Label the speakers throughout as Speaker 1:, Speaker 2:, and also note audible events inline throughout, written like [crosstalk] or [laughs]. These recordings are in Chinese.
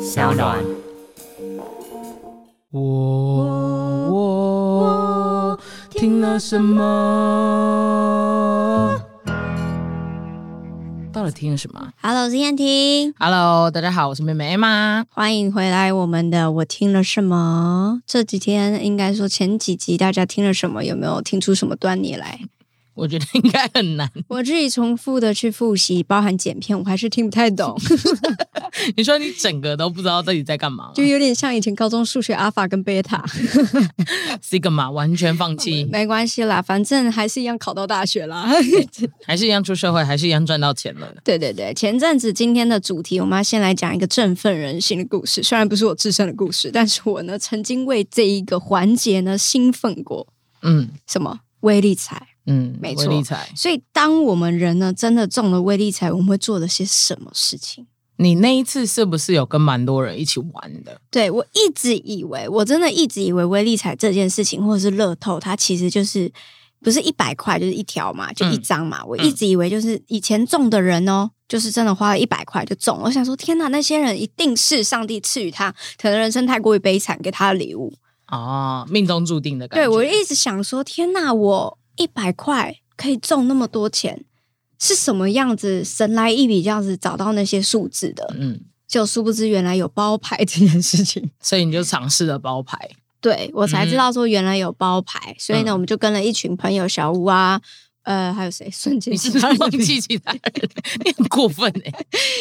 Speaker 1: 小暖。
Speaker 2: 我我听了什么？到底听了什么啊
Speaker 3: Hello，我是燕婷，
Speaker 2: ？Hello，大家好，我是妹妹 Emma。
Speaker 3: 欢迎回来。我们的我听了什么？这几天应该说前几集大家听了什么？有没有听出什么端倪来？
Speaker 2: 我觉得应该很难。
Speaker 3: 我自己重复的去复习，包含剪片，我还是听不太懂，
Speaker 2: 你说你整个都不知道自己在干嘛
Speaker 3: 就有点像以前高中数学阿尔法跟贝塔。
Speaker 2: ，Sigma 完全放弃，
Speaker 3: 没关系啦，反正还是一样考到大学啦。
Speaker 2: 还是一样出社会，还是一样赚到钱了。
Speaker 3: [laughs] 对对对，前阵子今天的主题，我们要先来讲一个振奋人心的故事。虽然不是我自身的故事，但是我呢曾经为这一个环节呢兴奋过。
Speaker 2: 嗯
Speaker 3: 什么微利财？
Speaker 2: 嗯，
Speaker 3: 没错
Speaker 2: 微理财。
Speaker 3: 所以，当我们人呢真的中了微利财，我们会做了些什么事情？
Speaker 2: 你那一次是不是有跟蛮多人一起玩的？
Speaker 3: 对我一直以为，我真的一直以为微利财这件事情，或者是乐透，它其实就是不是一百块就是一条嘛，就一张嘛。我一直以为就是以前中的人哦，就是真的花了一百块就中了。我想说，天哪，那些人一定是上帝赐予他，可能人生太过于悲惨，给他的礼物。
Speaker 2: 哦，命中注定的感觉。
Speaker 3: 对我一直想说，天哪，我一百块可以中那么多钱，是什么样子？神来一笔这样子找到那些数字的，
Speaker 2: 嗯，
Speaker 3: 就殊不知原来有包牌这件事情。
Speaker 2: [laughs] 所以你
Speaker 3: 嗯
Speaker 2: 就尝试了包
Speaker 3: [laughs]
Speaker 2: 牌。
Speaker 3: 对我才知
Speaker 2: 嗯
Speaker 3: 道说原来有包牌，所以呢，
Speaker 2: 嗯
Speaker 3: 我们就跟了一群朋友，小吴啊。呃，还有谁？瞬间
Speaker 2: 你是不是忘记其他人？ [laughs] 你很过分哎、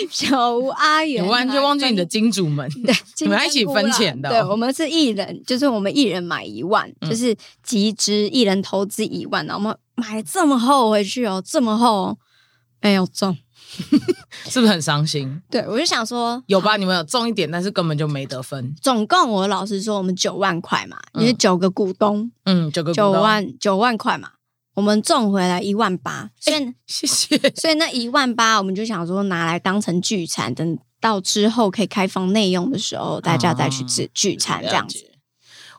Speaker 3: 小吴阿
Speaker 2: 你
Speaker 3: 元啊，
Speaker 2: 完全忘记你的
Speaker 3: 分
Speaker 2: 金主们。
Speaker 3: 对，
Speaker 2: 你们还一起分钱的哦
Speaker 3: 金针菇啦对，我们是一人，就是我们一人买一万，
Speaker 2: 嗯
Speaker 3: 就是集资，一人投资一万，然后我们买了这么厚回去哦，这么厚哦，没有中。
Speaker 2: [laughs] 是不是很伤心？
Speaker 3: 对，我就想说，
Speaker 2: 有吧？你们有中一点，但是根本就没得分。
Speaker 3: 总共我老实说，我们九万块嘛，
Speaker 2: 嗯
Speaker 3: 因为九个股东，
Speaker 2: 嗯，九个股
Speaker 3: 九
Speaker 2: 东，
Speaker 3: 万九万块嘛，我们中回来一万八，
Speaker 2: 哎
Speaker 3: 所以、
Speaker 2: 谢
Speaker 3: [laughs]
Speaker 2: 谢。
Speaker 3: 所以那一万八，我们就想说拿来当成聚餐，等到之后可以开放内用的时候，大家再去吃聚餐这样
Speaker 2: 啊了
Speaker 3: 子。
Speaker 2: 解。 [laughs]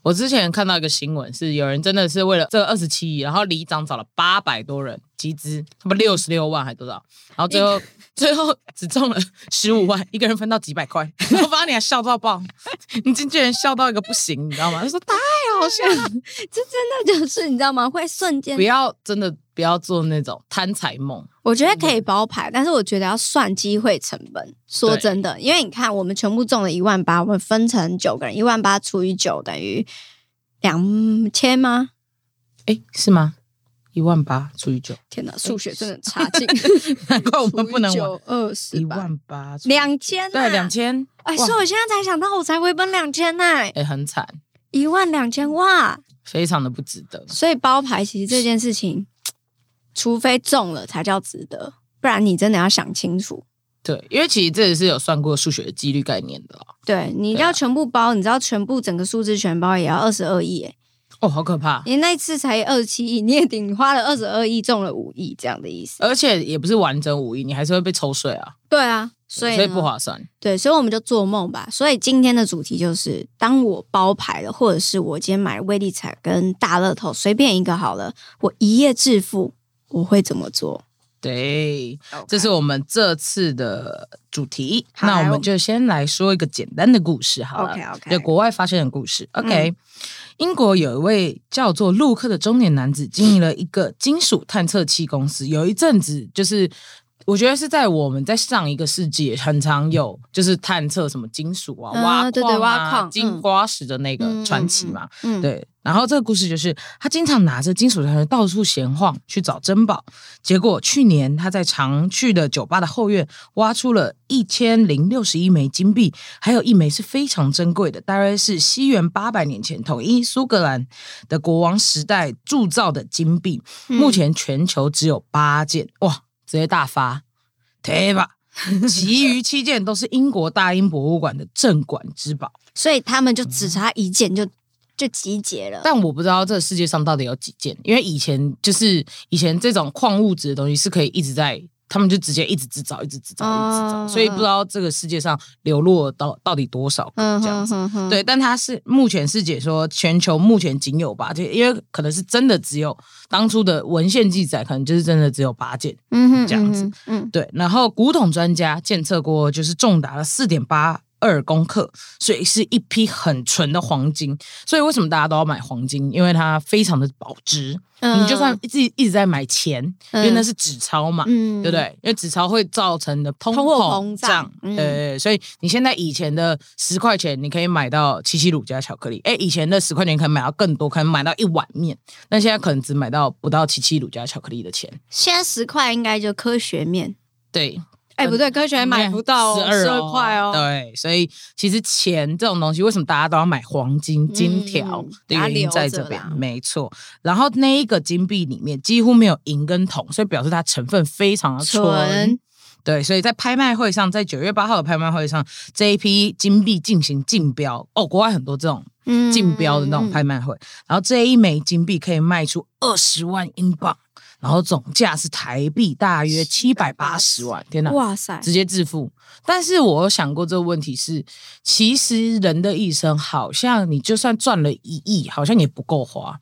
Speaker 2: 我之前看到一个新闻，是有人真的是为了这个二十七亿，然后里长找了八百多人集资，他们六十六万还多少，然后最后最后只中了十五万，一个人分到几百块， [laughs] 我发现你还笑到爆， [laughs] 你经纪人笑到一个不行，你知道吗？他说太好笑了，
Speaker 3: 这真的就是你知道吗？会瞬间
Speaker 2: 不，要真的不要做那种贪财梦，
Speaker 3: 我觉得
Speaker 2: 嗯
Speaker 3: 可以包牌，但是我觉得要算机会成本。说真的，因为你看，我们全部中了一万八，我们分成九个人，一万八除以九等于两千吗？
Speaker 2: 哎，是吗？一万八除以九，
Speaker 3: 天哪，数学真的很差劲，
Speaker 2: [laughs] 难怪我们不能玩
Speaker 3: 九二
Speaker 2: 一
Speaker 3: 十吧，
Speaker 2: 万八除以，
Speaker 3: 两千、啊，
Speaker 2: 对两。千，
Speaker 3: 哎，
Speaker 2: 哇
Speaker 3: 所以我现在才想到，我才回本两千呢、
Speaker 2: 哎，很惨，
Speaker 3: 一万两千哇！
Speaker 2: 非常的不值得。
Speaker 3: 所以包牌其实这件事情，除非中了才叫值得，不然你真的要想清楚。
Speaker 2: 对，因为其实这也是有算过数学的几率概念的啦。
Speaker 3: 对，你
Speaker 2: 对啊
Speaker 3: 要全部包，你知道全部整个数字全包也要二十二亿诶，
Speaker 2: 哦，好可怕！
Speaker 3: 你那一次才二十七亿，你也顶花了二十二亿，中了五亿这样的意思。
Speaker 2: 而且也不是完整五亿，你还是会被抽税啊，
Speaker 3: 对啊，所以
Speaker 2: 所以
Speaker 3: 呢
Speaker 2: 不划算。
Speaker 3: 对，所以我们就做梦吧。所以今天的主题就是，当我包牌了，或者是我今天买威力彩跟大乐透，随便一个好了，我一夜致富，我会怎么做？
Speaker 2: 对这是我们这次的主题。
Speaker 3: 好
Speaker 2: 那我
Speaker 3: 来我
Speaker 2: 们就先来说一个简单的故事好了。
Speaker 3: OK，OK
Speaker 2: 就国外发生的故事。OK，、英国有一位叫做陆克的中年男子，经营了一个金属探测器公司。有一阵子，就是我觉得是在我们在上一个世纪，很常有就是探测什么金属啊、挖
Speaker 3: 嗯
Speaker 2: 矿啊、
Speaker 3: 对对挖矿
Speaker 2: 金
Speaker 3: 嗯
Speaker 2: 瓜石的那个传奇嘛。
Speaker 3: 嗯，
Speaker 2: 对，然后这个故事就是他经常拿着金属条到处闲晃去找珍宝，结果去年他在常去的酒吧的后院挖出了一千零六十一枚金币，还有一枚是非常珍贵的，大约是西元八百年前统一苏格兰的国王时代铸造的金币，
Speaker 3: 嗯
Speaker 2: 目前全球只有八件，哇，直接大发，贴吧。
Speaker 3: [laughs]
Speaker 2: 其余七件都是英国大英博物馆的镇馆之宝。
Speaker 3: 所以他们就只差一件就就集结了。
Speaker 2: 但我不知道这个世界上到底有几件，因为以前就是以前这种矿物质的东西是可以一直在，他们就直接一直制造，一直制造，一直制造，
Speaker 3: 哦
Speaker 2: 所以不知道这个世界上流落到到底多少个
Speaker 3: 嗯
Speaker 2: 这样
Speaker 3: 哼
Speaker 2: 子。
Speaker 3: 哼哼，
Speaker 2: 对，但它是目前是解说全球目前仅有八件，因为可能是真的只有当初的文献记载，可能就是真的只有八件。
Speaker 3: 嗯哼，嗯哼
Speaker 2: 这样子，
Speaker 3: 嗯
Speaker 2: 对，然后古董专家检测过，就是重达了四点八二公克，所以是一批很纯的黄金。所以为什么大家都要买黄金？因为它非常的保值。
Speaker 3: 嗯
Speaker 2: 你就算自己一直在买钱，因为那是纸钞嘛。
Speaker 3: 嗯
Speaker 2: 对不？对？因为纸钞会造成的通
Speaker 3: 通货膨
Speaker 2: 膨
Speaker 3: 胀
Speaker 2: 胀，
Speaker 3: 嗯
Speaker 2: 对对对，所以你现在以前的十块钱，你可以买到七七乳加巧克力。哎，以前的十块钱可能买到更多，可能买到一碗面，那现在可能只买到不到七七乳加巧克力的钱。
Speaker 3: 现在十块应该就科学面，
Speaker 2: 对，
Speaker 3: 哎，不对，科学面买不到
Speaker 2: 嗯十
Speaker 3: 哦，
Speaker 2: 二
Speaker 3: 十二块哦，
Speaker 2: 对，所以其实钱这种东西，为什么大家都要买黄金、金条
Speaker 3: 嗯
Speaker 2: 的原因在这
Speaker 3: 把它留
Speaker 2: 边
Speaker 3: 着啦？
Speaker 2: 没错。然后那一个金币里面几乎没有银跟铜，所以表示它成分非常的纯
Speaker 3: 纯。
Speaker 2: 对，所以在拍卖会上，在九月八号的拍卖会上，这一批金币进行竞标。哦，国外很多这种
Speaker 3: 嗯
Speaker 2: 竞标的那种
Speaker 3: 嗯
Speaker 2: 拍卖会，然后这一枚金币可以卖出二十万英镑，然后总价是台币大约七百八十万。天哪！
Speaker 3: 哇塞，
Speaker 2: 直接致富。但是我有想过这个问题是，其实人的一生好像你就算赚了一亿，好像也不够花，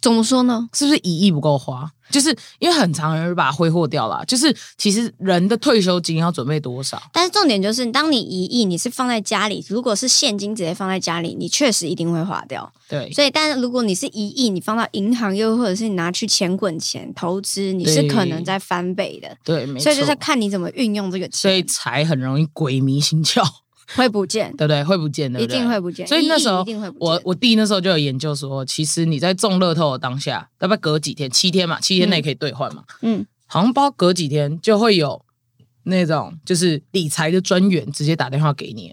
Speaker 3: 怎么说呢？
Speaker 2: 是不是一亿不够花？就是因为很常有人把它挥霍掉了。就是其实人的退休金要准备多少？
Speaker 3: 但是重点就是，当你一亿你是放在家里，如果是现金直接放在家里，你确实一定会花掉。
Speaker 2: 对，
Speaker 3: 所以，但是如果你是一亿，你放到银行又或者是你拿去钱滚钱投资，你是
Speaker 2: 对
Speaker 3: 可能在翻倍的。
Speaker 2: 对，没错。
Speaker 3: 所以就是看你怎么运用这个
Speaker 2: 所以
Speaker 3: 钱，
Speaker 2: 才很容易鬼迷心窍，
Speaker 3: 会不见，
Speaker 2: 对不对？会不见，对
Speaker 3: 一
Speaker 2: 不对？
Speaker 3: 定会不见。
Speaker 2: 所以那时
Speaker 3: 一亿
Speaker 2: 候
Speaker 3: 一定会不见。
Speaker 2: 我我弟那时候就有研究说，其实你在中乐透的当下，大概隔几天，七天嘛，七天内可以兑换嘛，
Speaker 3: 嗯，
Speaker 2: 好像包隔几天就会有那种就是理财的专员直接打电话给你，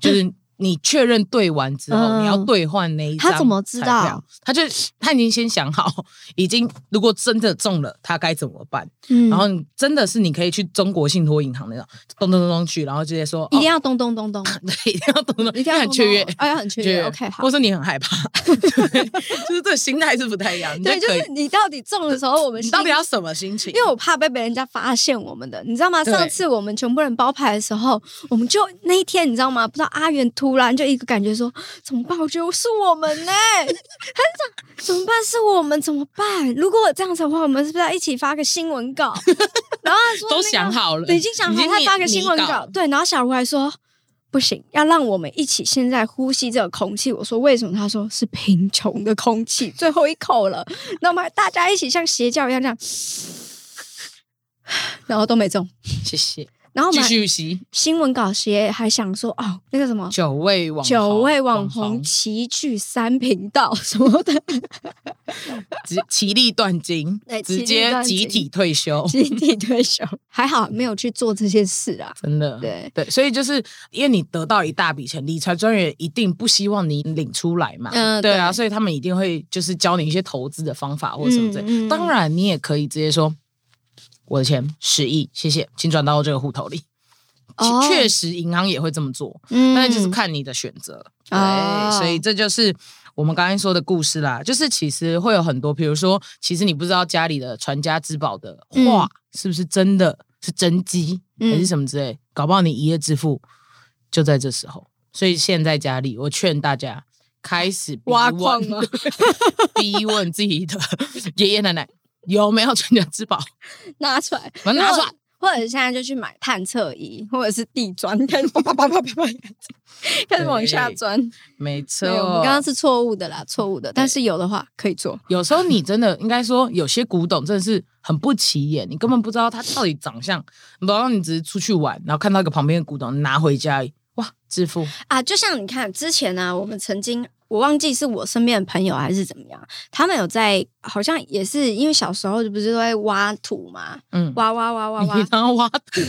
Speaker 2: 就是你确认兑完之后，
Speaker 3: 嗯
Speaker 2: 你要兑换那一张
Speaker 3: 他怎么知道
Speaker 2: 彩票？他就他已经先想好，已经如果真的中了，他该怎么办？
Speaker 3: 嗯
Speaker 2: 然后你真的是你可以去中国信托银行那种咚咚咚咚去，然后直接说
Speaker 3: 一定
Speaker 2: 要、
Speaker 3: 要咚咚咚咚，
Speaker 2: [laughs] 对一定要咚咚咚，
Speaker 3: 一定要
Speaker 2: 很雀跃
Speaker 3: 咚。咚哎，要很雀
Speaker 2: 雀
Speaker 3: 跃。
Speaker 2: 跃
Speaker 3: OK，好
Speaker 2: 或。是你很害怕，
Speaker 3: [laughs]
Speaker 2: 对就是这个心态是不太一样。你
Speaker 3: 对，就
Speaker 2: 可以
Speaker 3: 是你到底中的时候，我们
Speaker 2: 你到底
Speaker 3: 心
Speaker 2: 要什么心情？
Speaker 3: 因为我怕被别人家发现我们的，你知道吗？
Speaker 2: 对
Speaker 3: 上次我们全部人包牌的时候，我们就那一天，你知道吗？不知道阿元突然就一个感觉说怎么办？我觉得是我们呢、他就讲怎么办？是我们怎么办？如果这样子的话，我们是不是要一起发个新闻稿？ [laughs] 然后他说、那
Speaker 2: 都
Speaker 3: 个
Speaker 2: 想好了，
Speaker 3: 已经想好，他
Speaker 2: 拟
Speaker 3: 发个新闻
Speaker 2: 拟
Speaker 3: 稿，对，然后小吴还说。不行，要让我们一起现在呼吸这个空气。我说为什么？他说是贫穷的空气，最后一口了。那我们还大家一起像邪教一样这样，然后都没中。
Speaker 2: 谢谢。
Speaker 3: 然后我
Speaker 2: 继
Speaker 3: 们还
Speaker 2: 续吸
Speaker 3: 新闻稿写还想说哦，那个什么
Speaker 2: 九位网
Speaker 3: 九位网
Speaker 2: 红
Speaker 3: 红齐聚三频道什么的，
Speaker 2: 直齐力断金
Speaker 3: 对，
Speaker 2: 直
Speaker 3: 齐力
Speaker 2: 接
Speaker 3: 断金
Speaker 2: 集体退
Speaker 3: [laughs]
Speaker 2: 休，
Speaker 3: 集体对手，还好没有去做这些事啊。
Speaker 2: 真的。
Speaker 3: 对，
Speaker 2: 对，所以就是因为你得到一大笔钱，理财专员一定不希望你领出来嘛，
Speaker 3: 嗯
Speaker 2: 对啊，
Speaker 3: 对
Speaker 2: 所以他们一定会就是教你一些投资的方法或者什么之类。
Speaker 3: 嗯嗯
Speaker 2: 当然，你也可以直接说我的钱十亿，谢谢，请转到这个户头里。其
Speaker 3: 哦
Speaker 2: 确实，银行也会这么做，
Speaker 3: 嗯
Speaker 2: 但是就是看你的选择。
Speaker 3: 哦
Speaker 2: 对，所以这就是我们刚才说的故事啦。就是其实会有很多，比如说，其实你不知道家里的传家之宝的画、是不是真的是真迹，
Speaker 3: 嗯
Speaker 2: 还是什么之类，搞不好你一夜致富就在这时候。所以现在家里，我劝大家开始逼
Speaker 3: 挖
Speaker 2: 问
Speaker 3: 矿吗？
Speaker 2: [laughs] 逼问自己的 [laughs] 爷爷奶奶有没有传家之宝，
Speaker 3: 拿出来，
Speaker 2: 把它拿出来。
Speaker 3: 或者现在就去买探测仪，或者是地砖，开始叭叭叭叭叭叭，开始往下钻。
Speaker 2: 没错，
Speaker 3: 对，我们刚刚是错误的啦，错误的。但是有的话可以做，
Speaker 2: 有时候你真的应该说，有些古董真的是很不起眼，你根本不知道它到底长相。然后你只是出去玩，然后看到一个旁边的古董，拿回家而已，哇，致
Speaker 3: [laughs]
Speaker 2: 富！
Speaker 3: 啊，就像你看之前呢、我们曾经我忘记是我身边的朋友还是怎么样，他们有在好像也是因为小时候就不是都在挖土嘛，
Speaker 2: 嗯，
Speaker 3: 挖挖挖挖
Speaker 2: 你
Speaker 3: 挖
Speaker 2: 平，常挖土，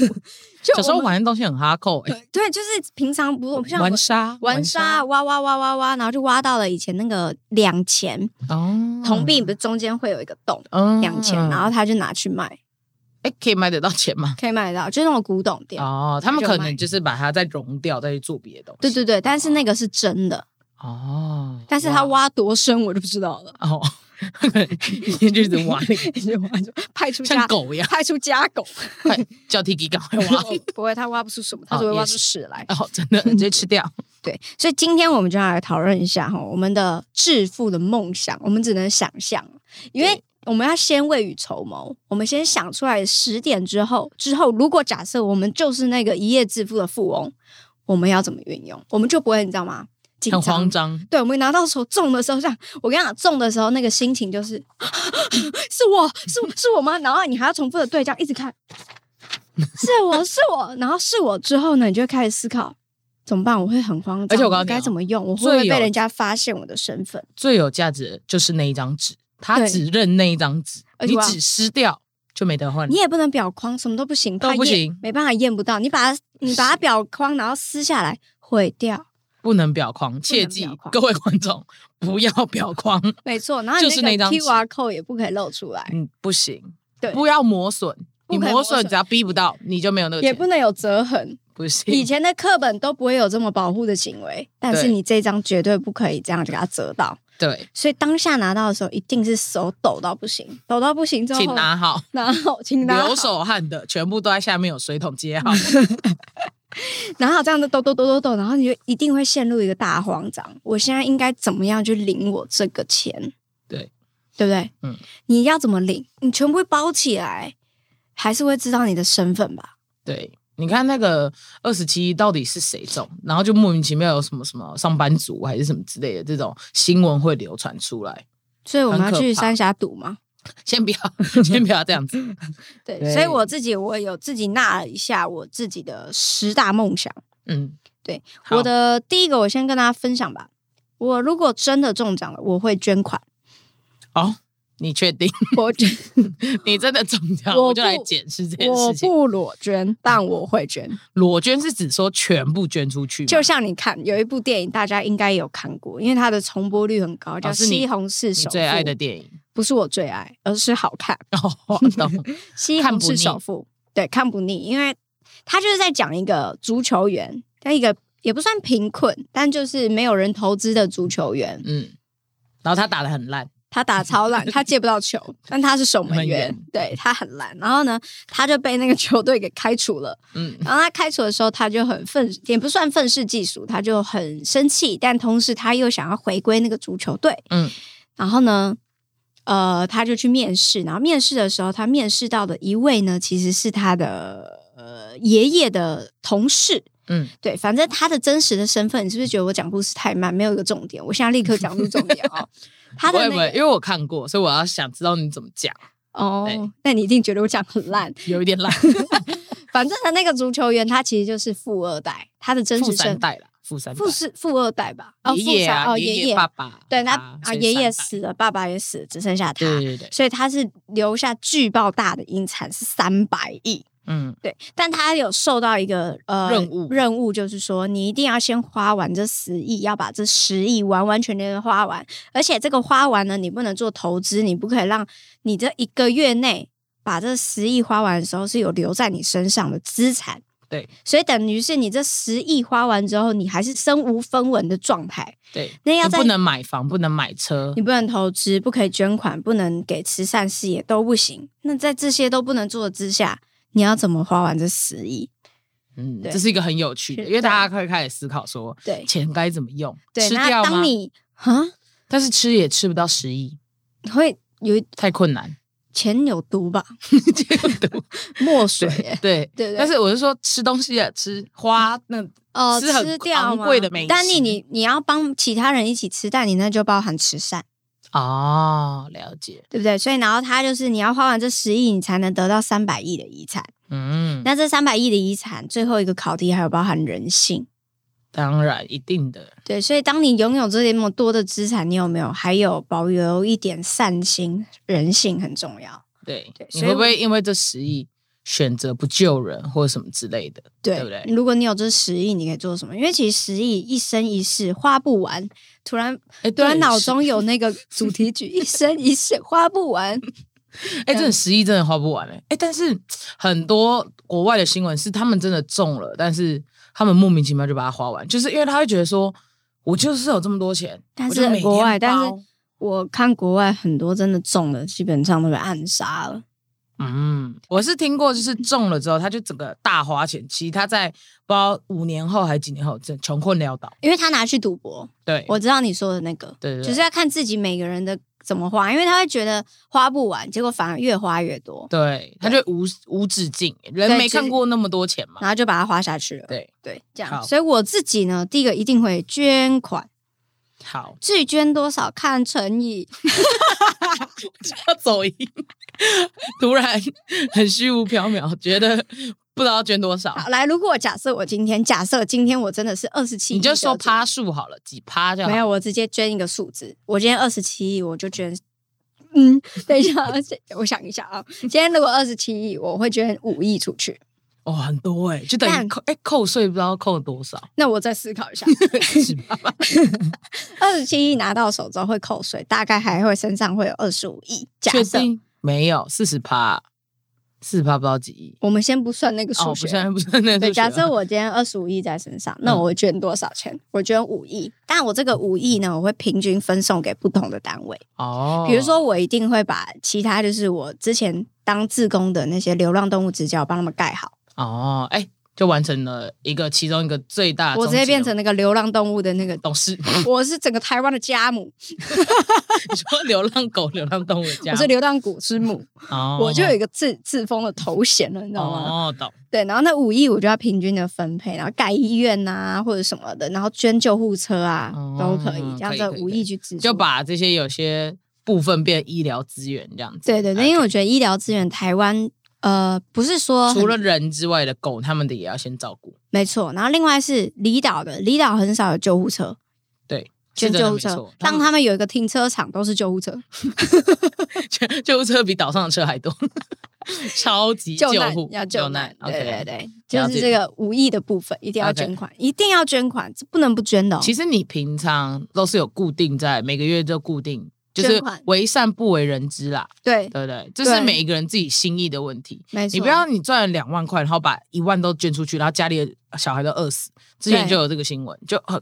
Speaker 3: 就
Speaker 2: 小时候
Speaker 3: 我们
Speaker 2: 玩的东西很哈扣、欸，
Speaker 3: 对，就是平常不像我
Speaker 2: 玩沙，
Speaker 3: 玩沙挖挖挖挖挖，然后就挖到了以前那个两钱
Speaker 2: 哦，
Speaker 3: 铜币，不是中间会有一个洞。
Speaker 2: 嗯
Speaker 3: 两千，然后他就拿去卖，
Speaker 2: 哎、可以买得到钱吗？
Speaker 3: 可以买得到，就是那种古董店。
Speaker 2: 哦，他们
Speaker 3: 就
Speaker 2: 可
Speaker 3: 卖
Speaker 2: 能就是把它再融掉，再去做别的东
Speaker 3: 对
Speaker 2: 西。
Speaker 3: 对对，但是那个是真的，
Speaker 2: 哦，
Speaker 3: 但是他挖多深我就不知道了。
Speaker 2: 哦， [laughs] 一天就一直挖那个，
Speaker 3: [laughs] 就挖就派出家
Speaker 2: 像狗一样，
Speaker 3: [laughs] 派出家
Speaker 2: [laughs]
Speaker 3: 狗，
Speaker 2: 快叫 Tiki 赶快
Speaker 3: [laughs]
Speaker 2: 挖。
Speaker 3: 不会，他挖不出什么，他
Speaker 2: 哦
Speaker 3: 只会挖
Speaker 2: 也
Speaker 3: 出
Speaker 2: 是
Speaker 3: 屎来。
Speaker 2: 哦，真的直接吃掉。
Speaker 3: 对，所以今天我们就要来讨论一下哈，我们的致富的梦想，我们只能想象，因为
Speaker 2: 对
Speaker 3: 我们要先未雨绸缪，我们先想出来十点之后，之后如果假设我们就是那个一夜致富的富翁，我们要怎么运用，我们就不会你知道吗？紧
Speaker 2: 很
Speaker 3: 张
Speaker 2: 慌。张，
Speaker 3: 对，我们拿到手中的时候，像我跟你讲，中的时候那个心情就是， [sniffs] 是我是我是我吗？然后你还要重复的对，这样一直看，是我是我，然后是我之后呢，你就会开始思考怎么办？我会很慌张，
Speaker 2: 而且我告诉你哦
Speaker 3: 该怎么用？我会不会
Speaker 2: 最有
Speaker 3: 被人家发现我的身份？
Speaker 2: 最有价值的就是那一张纸，他
Speaker 3: 对
Speaker 2: 只认那一张纸，
Speaker 3: 而且
Speaker 2: 你
Speaker 3: 我要
Speaker 2: 纸撕掉就没得换了
Speaker 3: 你。也不能裱框，什么都不行，
Speaker 2: 嗯都
Speaker 3: 怕
Speaker 2: 不
Speaker 3: 验
Speaker 2: 行
Speaker 3: 没办法验不到。你把它你把它裱框，然后撕下来毁掉，
Speaker 2: 不能裱框，切记
Speaker 3: 裱框
Speaker 2: 各位观众不要裱
Speaker 3: [laughs]
Speaker 2: 框，
Speaker 3: 没错。然后你
Speaker 2: 就是那
Speaker 3: 那个
Speaker 2: 张纸
Speaker 3: QR code 也不可以露出来，
Speaker 2: 嗯，不行，
Speaker 3: 哎对
Speaker 2: 不要磨损，
Speaker 3: 不
Speaker 2: 你
Speaker 3: 可以
Speaker 2: 磨
Speaker 3: 磨
Speaker 2: 损
Speaker 3: 损
Speaker 2: 只要逼不到，你就没有那个
Speaker 3: 也
Speaker 2: 钱，
Speaker 3: 不能有折痕。
Speaker 2: 不
Speaker 3: 以
Speaker 2: 行，
Speaker 3: 前的课本都不会有这么保护的行为，但是
Speaker 2: 对
Speaker 3: 你这张绝对不可以这样就给它折到。
Speaker 2: 对，
Speaker 3: 所以当下拿到的时候，一定是手抖到不行，抖到不行之后，
Speaker 2: 请拿好。
Speaker 3: 拿好，请拿好，
Speaker 2: 流手汗的全部都在下面有水桶接好， [laughs]
Speaker 3: 拿好这样子抖抖抖抖抖，然后你就一定会陷入一个大慌张。我现在应该怎么样去领我这个钱？
Speaker 2: 对，
Speaker 3: 对不对？
Speaker 2: 嗯，
Speaker 3: 你要怎么领？你全部包起来，还是会知道你的身份吧？
Speaker 2: 对。你看那个二十七到底是谁中，然后就莫名其妙有什么什么上班族还是什么之类的这种新闻会流传出来。
Speaker 3: 所以我们
Speaker 2: 很可
Speaker 3: 要去
Speaker 2: 怕
Speaker 3: 三峡赌吗？
Speaker 2: 先不要，先不要这样子。
Speaker 3: 对，
Speaker 2: 对
Speaker 3: 所以我自己我有自己纳了一下我自己的十大梦想。
Speaker 2: 嗯，
Speaker 3: [laughs] 对
Speaker 2: 好，
Speaker 3: 我的第一个，我先跟大家分享吧。我如果真的中奖了，我会捐款。
Speaker 2: 哦，你确定
Speaker 3: [laughs]
Speaker 2: [laughs]
Speaker 3: 我捐，
Speaker 2: 你真的中奖，
Speaker 3: 我
Speaker 2: 我就来
Speaker 3: 不
Speaker 2: 检视这件
Speaker 3: [laughs] 我
Speaker 2: 事情。
Speaker 3: 不裸捐，但我会捐。
Speaker 2: [laughs] 裸捐是指说全部捐出去吗，
Speaker 3: 就像你看，有一部电影大家应该也有看过，因为它的重播率很高，叫《
Speaker 2: 是你
Speaker 3: 西红柿
Speaker 2: 你
Speaker 3: 首富》。
Speaker 2: 最爱的电影。
Speaker 3: 不是我最爱，而是好看。
Speaker 2: 哦，懂。
Speaker 3: 西
Speaker 2: 看
Speaker 3: 红
Speaker 2: 不腻
Speaker 3: 柿首富，对，看不腻，因为他就是在讲一个足球员，跟一个也不算贫困，但就是没有人投资的足球员，
Speaker 2: 嗯，然后他打的很烂，
Speaker 3: 他打超烂，他接不
Speaker 2: [laughs]
Speaker 3: 到球，但他是守门
Speaker 2: 门
Speaker 3: 员
Speaker 2: 员，
Speaker 3: 对他很烂。然后呢，他就被那个球队给开除了。
Speaker 2: 嗯，
Speaker 3: 然后他开除的时候，他就很愤，也不算愤世嫉俗，他就很生气，但同时他又想要回归那个足球队。
Speaker 2: 嗯，
Speaker 3: 然后呢，呃，他就去面试，然后面试的时候，他面试到的一位呢，其实是他的呃爷爷的同事。
Speaker 2: 嗯，
Speaker 3: 对，反正他的真实的身份，你是不是觉得我讲故事太慢，没有一个重点？我现在立刻讲出重点
Speaker 2: [laughs]
Speaker 3: 哦。他
Speaker 2: 不
Speaker 3: 的
Speaker 2: 会
Speaker 3: 那
Speaker 2: 不
Speaker 3: 个
Speaker 2: 会，因为我看过，所以我要想知道你怎么讲，对
Speaker 3: 哦，那你一定觉得我讲很烂。 [laughs]
Speaker 2: 有一点烂。
Speaker 3: 反正他那个足球员，他其实就是富二代，他的真
Speaker 2: 富
Speaker 3: 实身
Speaker 2: 三代啦，富三代，
Speaker 3: 富是富二代吧？哦，
Speaker 2: 爷爷
Speaker 3: 富三
Speaker 2: 啊，
Speaker 3: 哦，
Speaker 2: 爷
Speaker 3: 爷爷
Speaker 2: 爸爸，
Speaker 3: 对，那
Speaker 2: 所
Speaker 3: 啊
Speaker 2: 以
Speaker 3: 爷爷
Speaker 2: 三代
Speaker 3: 死了，爸爸也死了，只剩下他，
Speaker 2: 对对对，
Speaker 3: 所以他是留下巨爆大的遗产是三百亿。
Speaker 2: 嗯，
Speaker 3: 对，但他有受到一个呃
Speaker 2: 任务
Speaker 3: 任务就是说你一定要先花完这十亿，要把这十亿完完全全的花完，而且这个花完呢，你不能做投资，你不可以让你这一个月内把这十亿花完的时候是有留在你身上的资产。
Speaker 2: 对，
Speaker 3: 所以等于是你这十亿花完之后，你还是身无分文的状态，
Speaker 2: 对，
Speaker 3: 那要
Speaker 2: 你
Speaker 3: 在
Speaker 2: 不能买房，不能买车
Speaker 3: 你，不能投资，不可以捐款，不能给慈善事业都不行。那在这些都不能做的之下，你要怎么花完这十亿？
Speaker 2: 嗯，
Speaker 3: 对
Speaker 2: 这是一个很有趣的，
Speaker 3: 是
Speaker 2: 因为大家可以开始思考说
Speaker 3: 对
Speaker 2: 钱该怎么用，
Speaker 3: 对，
Speaker 2: 吃掉吗
Speaker 3: 那当？你啊
Speaker 2: 但是吃也吃不到十亿，
Speaker 3: 会有一
Speaker 2: 太困难， [laughs]
Speaker 3: 钱有毒吧？
Speaker 2: 这样读
Speaker 3: 墨水
Speaker 2: [laughs]
Speaker 3: 耶，
Speaker 2: 对。
Speaker 3: 对不对？
Speaker 2: 但是我是说，吃东西也啊吃，花那
Speaker 3: [laughs] 哦，
Speaker 2: 吃很
Speaker 3: 吃掉
Speaker 2: 昂
Speaker 3: 吗
Speaker 2: 贵的美食
Speaker 3: 但你你你要帮其他人一起吃，但你那就包含慈善，
Speaker 2: 哦，了解，
Speaker 3: 对不对？所以然后他就是你要花完这十亿，你才能得到三百亿的遗产。
Speaker 2: 嗯，
Speaker 3: 那这三百亿的遗产，最后一个考题还有包含人性。
Speaker 2: 当然一定的，
Speaker 3: 对，所以当你拥有这么多的资产，你有没有还有保留一点善心？人性很重要。
Speaker 2: 对
Speaker 3: 对，
Speaker 2: 你
Speaker 3: 所
Speaker 2: 会
Speaker 3: 以
Speaker 2: 不
Speaker 3: 我
Speaker 2: 会因为这十亿选择不救人或者什么之类的？
Speaker 3: 对嗯
Speaker 2: 对不对
Speaker 3: 如果你有这十亿，你可以做什么？因为其实十亿一生一世花不完，突然
Speaker 2: 哎，
Speaker 3: 突然
Speaker 2: [laughs] 对
Speaker 3: 脑
Speaker 2: 是
Speaker 3: 中有那个 [laughs] 主题曲，一生一世花不完。
Speaker 2: 哎、真的十亿真的花不完哎、哎、但是很多国外的新闻是他们真的中了，但是他们莫名其妙就把它花完，就是因为他会觉得说，我就是有这么多钱，
Speaker 3: 但
Speaker 2: 我
Speaker 3: 是
Speaker 2: 就每天
Speaker 3: 国外但是
Speaker 2: 包
Speaker 3: 我看国外很多真的中了，基本上都被暗杀了。
Speaker 2: 嗯，我是听过，就是中了之后，他就整个大花钱，其实他在不知道五年后还是几年后，这穷困潦倒，
Speaker 3: 因为他拿去赌博，
Speaker 2: 对，
Speaker 3: 我知道你说的那个，
Speaker 2: 对对对
Speaker 3: 就是要看自己每个人的怎么花，因为他会觉得花不完，结果反而越花越多，
Speaker 2: 对，他就无无止境，人
Speaker 3: 对
Speaker 2: 没
Speaker 3: 就是
Speaker 2: 看过那么多钱嘛。
Speaker 3: 然后就把它花下去了。
Speaker 2: 对，
Speaker 3: 对，这
Speaker 2: 啊好
Speaker 3: 样。所以我自己呢，第一个一定会捐款，
Speaker 2: 好，
Speaker 3: 至于捐多少看诚意。
Speaker 2: 要走音，突然很虚无缥缈，觉得不知道要捐多少，
Speaker 3: 好，来，如果假设我今天，假设今天我真的是二十七，
Speaker 2: 你就说趴数好了，几趴就好。
Speaker 3: 没有，我直接捐一个数字。我今天二十七亿，我就捐。嗯，等一下，我想一下啊。今天如果二十七亿，我会捐五亿出去。
Speaker 2: 哦，很多哎、就等于
Speaker 3: 但
Speaker 2: 扣哎、扣税不知道扣了多 [laughs] 少，
Speaker 3: 那我再思考一下，
Speaker 2: 是吧？
Speaker 3: 二十七亿拿到手之后会扣税，大概还会身上会有二十五亿。假
Speaker 2: 确
Speaker 3: 设
Speaker 2: 定没有四十趴，四十趴不知道几亿。
Speaker 3: 我们先不算那个
Speaker 2: 哦，
Speaker 3: 数
Speaker 2: 不
Speaker 3: 学，
Speaker 2: 算不算那数学嗯
Speaker 3: 对，
Speaker 2: 了。[laughs]
Speaker 3: 假设我今天二十五亿在身上，那我会捐多少钱？我捐五亿，但我这个五亿呢，我会平均分送给不同的单位。
Speaker 2: 哦，
Speaker 3: 比如说，我一定会把其他就是我之前当志工的那些流浪动物支教帮他们盖好，
Speaker 2: 哦，哎、就完成了一个其中一个哦最大的
Speaker 3: 我
Speaker 2: 终
Speaker 3: 直
Speaker 2: 极
Speaker 3: 接变
Speaker 2: 任务
Speaker 3: 成那个流浪动物
Speaker 2: [laughs]
Speaker 3: 的那个。
Speaker 2: 董事，
Speaker 3: 我是整个台湾的家母，
Speaker 2: 你说流浪狗、流浪动物这
Speaker 3: 我
Speaker 2: 样，
Speaker 3: 是流浪狗之母，
Speaker 2: [laughs] 哦
Speaker 3: 我就有一个自自封的头衔了，你知道吗？
Speaker 2: 哦，懂
Speaker 3: 对，然后那五亿我就要平均的分配，然后盖医院呐、或者什么的，然后捐救护车啊、
Speaker 2: 哦
Speaker 3: 都可以，这样
Speaker 2: 可以
Speaker 3: 这
Speaker 2: 可以
Speaker 3: 五
Speaker 2: 可以
Speaker 3: 亿去支出，
Speaker 2: 就把这些有些部分变医疗资源这样子。
Speaker 3: 对对对，因为我觉得医疗资源台湾呃不是说
Speaker 2: 除
Speaker 3: 很
Speaker 2: 了人之外的狗，他们的也要先照顾。
Speaker 3: 没错，然后另外是离岛的离岛很少有救护车，
Speaker 2: 对，
Speaker 3: 捐
Speaker 2: 是真的
Speaker 3: 救护
Speaker 2: 没
Speaker 3: 车
Speaker 2: 错，
Speaker 3: 让他们有一个停车场都是救护车，
Speaker 2: 救救护车比岛上的车还多， [laughs] 超级
Speaker 3: 救难
Speaker 2: 护
Speaker 3: 要
Speaker 2: 救
Speaker 3: 救难，对
Speaker 2: OK
Speaker 3: 对对，
Speaker 2: 了
Speaker 3: 就
Speaker 2: 解
Speaker 3: 是这个五亿的部分一定要
Speaker 2: OK
Speaker 3: 捐款，一定要捐款，这不能不捐的、哦。
Speaker 2: 其实你平常都是有固定在每个月就固定，就是
Speaker 3: 捐款
Speaker 2: 为善不为人知啦，
Speaker 3: 对，
Speaker 2: 对不对？这是
Speaker 3: 对
Speaker 2: 每一个人自己心意的问题。
Speaker 3: 没错，
Speaker 2: 你不要你赚了两万块，然后把一万都捐出去，然后家里的小孩都饿死。之前
Speaker 3: 对
Speaker 2: 就有这个新闻，就很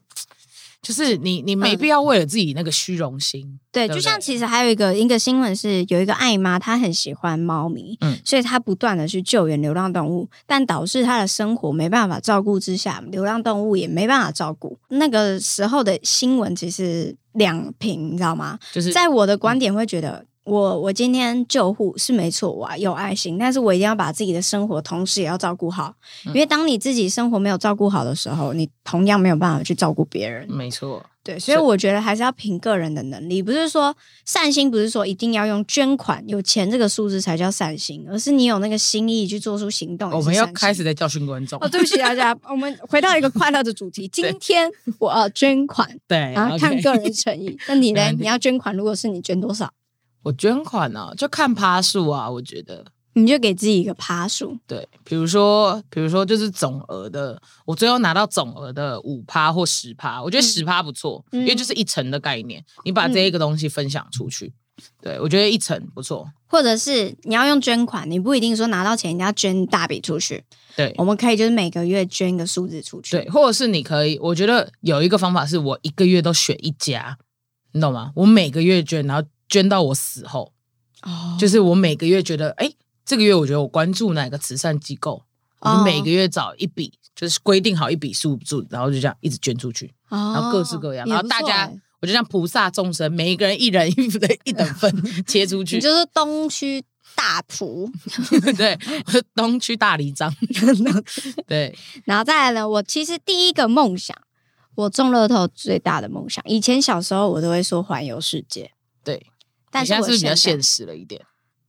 Speaker 2: 就是你你没
Speaker 3: 嗯
Speaker 2: 必要为了自己那个虚荣心，
Speaker 3: 对，
Speaker 2: 对
Speaker 3: 就
Speaker 2: 不
Speaker 3: 像
Speaker 2: 对
Speaker 3: 其实还有一个一个新闻是，有一个爱妈，她很喜欢猫咪，
Speaker 2: 嗯
Speaker 3: 所以她不断的去救援流浪动物，但导致她的生活没办法照顾之下，流浪动物也没办法照顾。那个时候的新闻其实两平，你知道吗？
Speaker 2: 就是嗯
Speaker 3: 在我的观点会觉得。我我今天救护是没错，我有爱心，但是我一定要把自己的生活同时也要照顾好，
Speaker 2: 嗯
Speaker 3: 因为当你自己生活没有照顾好的时候，你同样没有办法去照顾别人。
Speaker 2: 没错，
Speaker 3: 对，所以
Speaker 2: 嗯是
Speaker 3: 我觉得还是要凭个人的能力，不是说善心，不是说一定要用捐款、有钱这个数字才叫善心，而是你有那个心意去做出行动。
Speaker 2: 我们要开始。在教训观众
Speaker 3: 哦，。对不起大家，我们回到一个快乐的主
Speaker 2: [laughs]
Speaker 3: 题。今天我要捐款，
Speaker 2: 对，
Speaker 3: 然后啊看
Speaker 2: 哎 OK
Speaker 3: 个人诚意。那
Speaker 2: [laughs]
Speaker 3: 你
Speaker 2: 没
Speaker 3: 呢
Speaker 2: 问？题
Speaker 3: 你要捐款，如果是你捐多少，
Speaker 2: 我捐款啊，就看趴数啊，我觉得。
Speaker 3: 你就给自己一个趴数。
Speaker 2: 对，比如说，比如说，就是总额的，我最后拿到总额的五趴或十趴，我觉得
Speaker 3: 嗯
Speaker 2: 十趴不错，
Speaker 3: 嗯
Speaker 2: 因为就是一层的概念，你把这一个东西分享出去，对我觉得一层不错，
Speaker 3: 或者是你要用捐款，你不一定说拿到钱一定要捐大笔出去，
Speaker 2: 对
Speaker 3: 我们可以就是每个月捐一个数字出去。
Speaker 2: 对，或者是你可以，我觉得有一个方法是我一个月都选一家，你懂吗？我每个月捐，然后捐到我死后，
Speaker 3: 哦，
Speaker 2: 就是我每个月觉得，哎，这个月我觉得我关注哪个慈善机构，我就
Speaker 3: 哦
Speaker 2: 每个月找一笔，就是规定好一笔数字，然后就这样一直捐出去。然
Speaker 3: 然
Speaker 2: 后各式各样，然后大家，我就像菩萨众生，每一个人一人一等一等份
Speaker 3: [laughs]
Speaker 2: 切出去
Speaker 3: 你，就是东区大埔， [laughs]
Speaker 2: 对，我是东区大里张，对，
Speaker 3: 然后再来呢，我其实第一个梦想，我中乐透最大的梦想，以前小时候我都会说环游世界，
Speaker 2: 对，
Speaker 3: 但
Speaker 2: 你
Speaker 3: 是
Speaker 2: 现
Speaker 3: 我
Speaker 2: 在是不是比较现
Speaker 3: 在，
Speaker 2: 实了一点，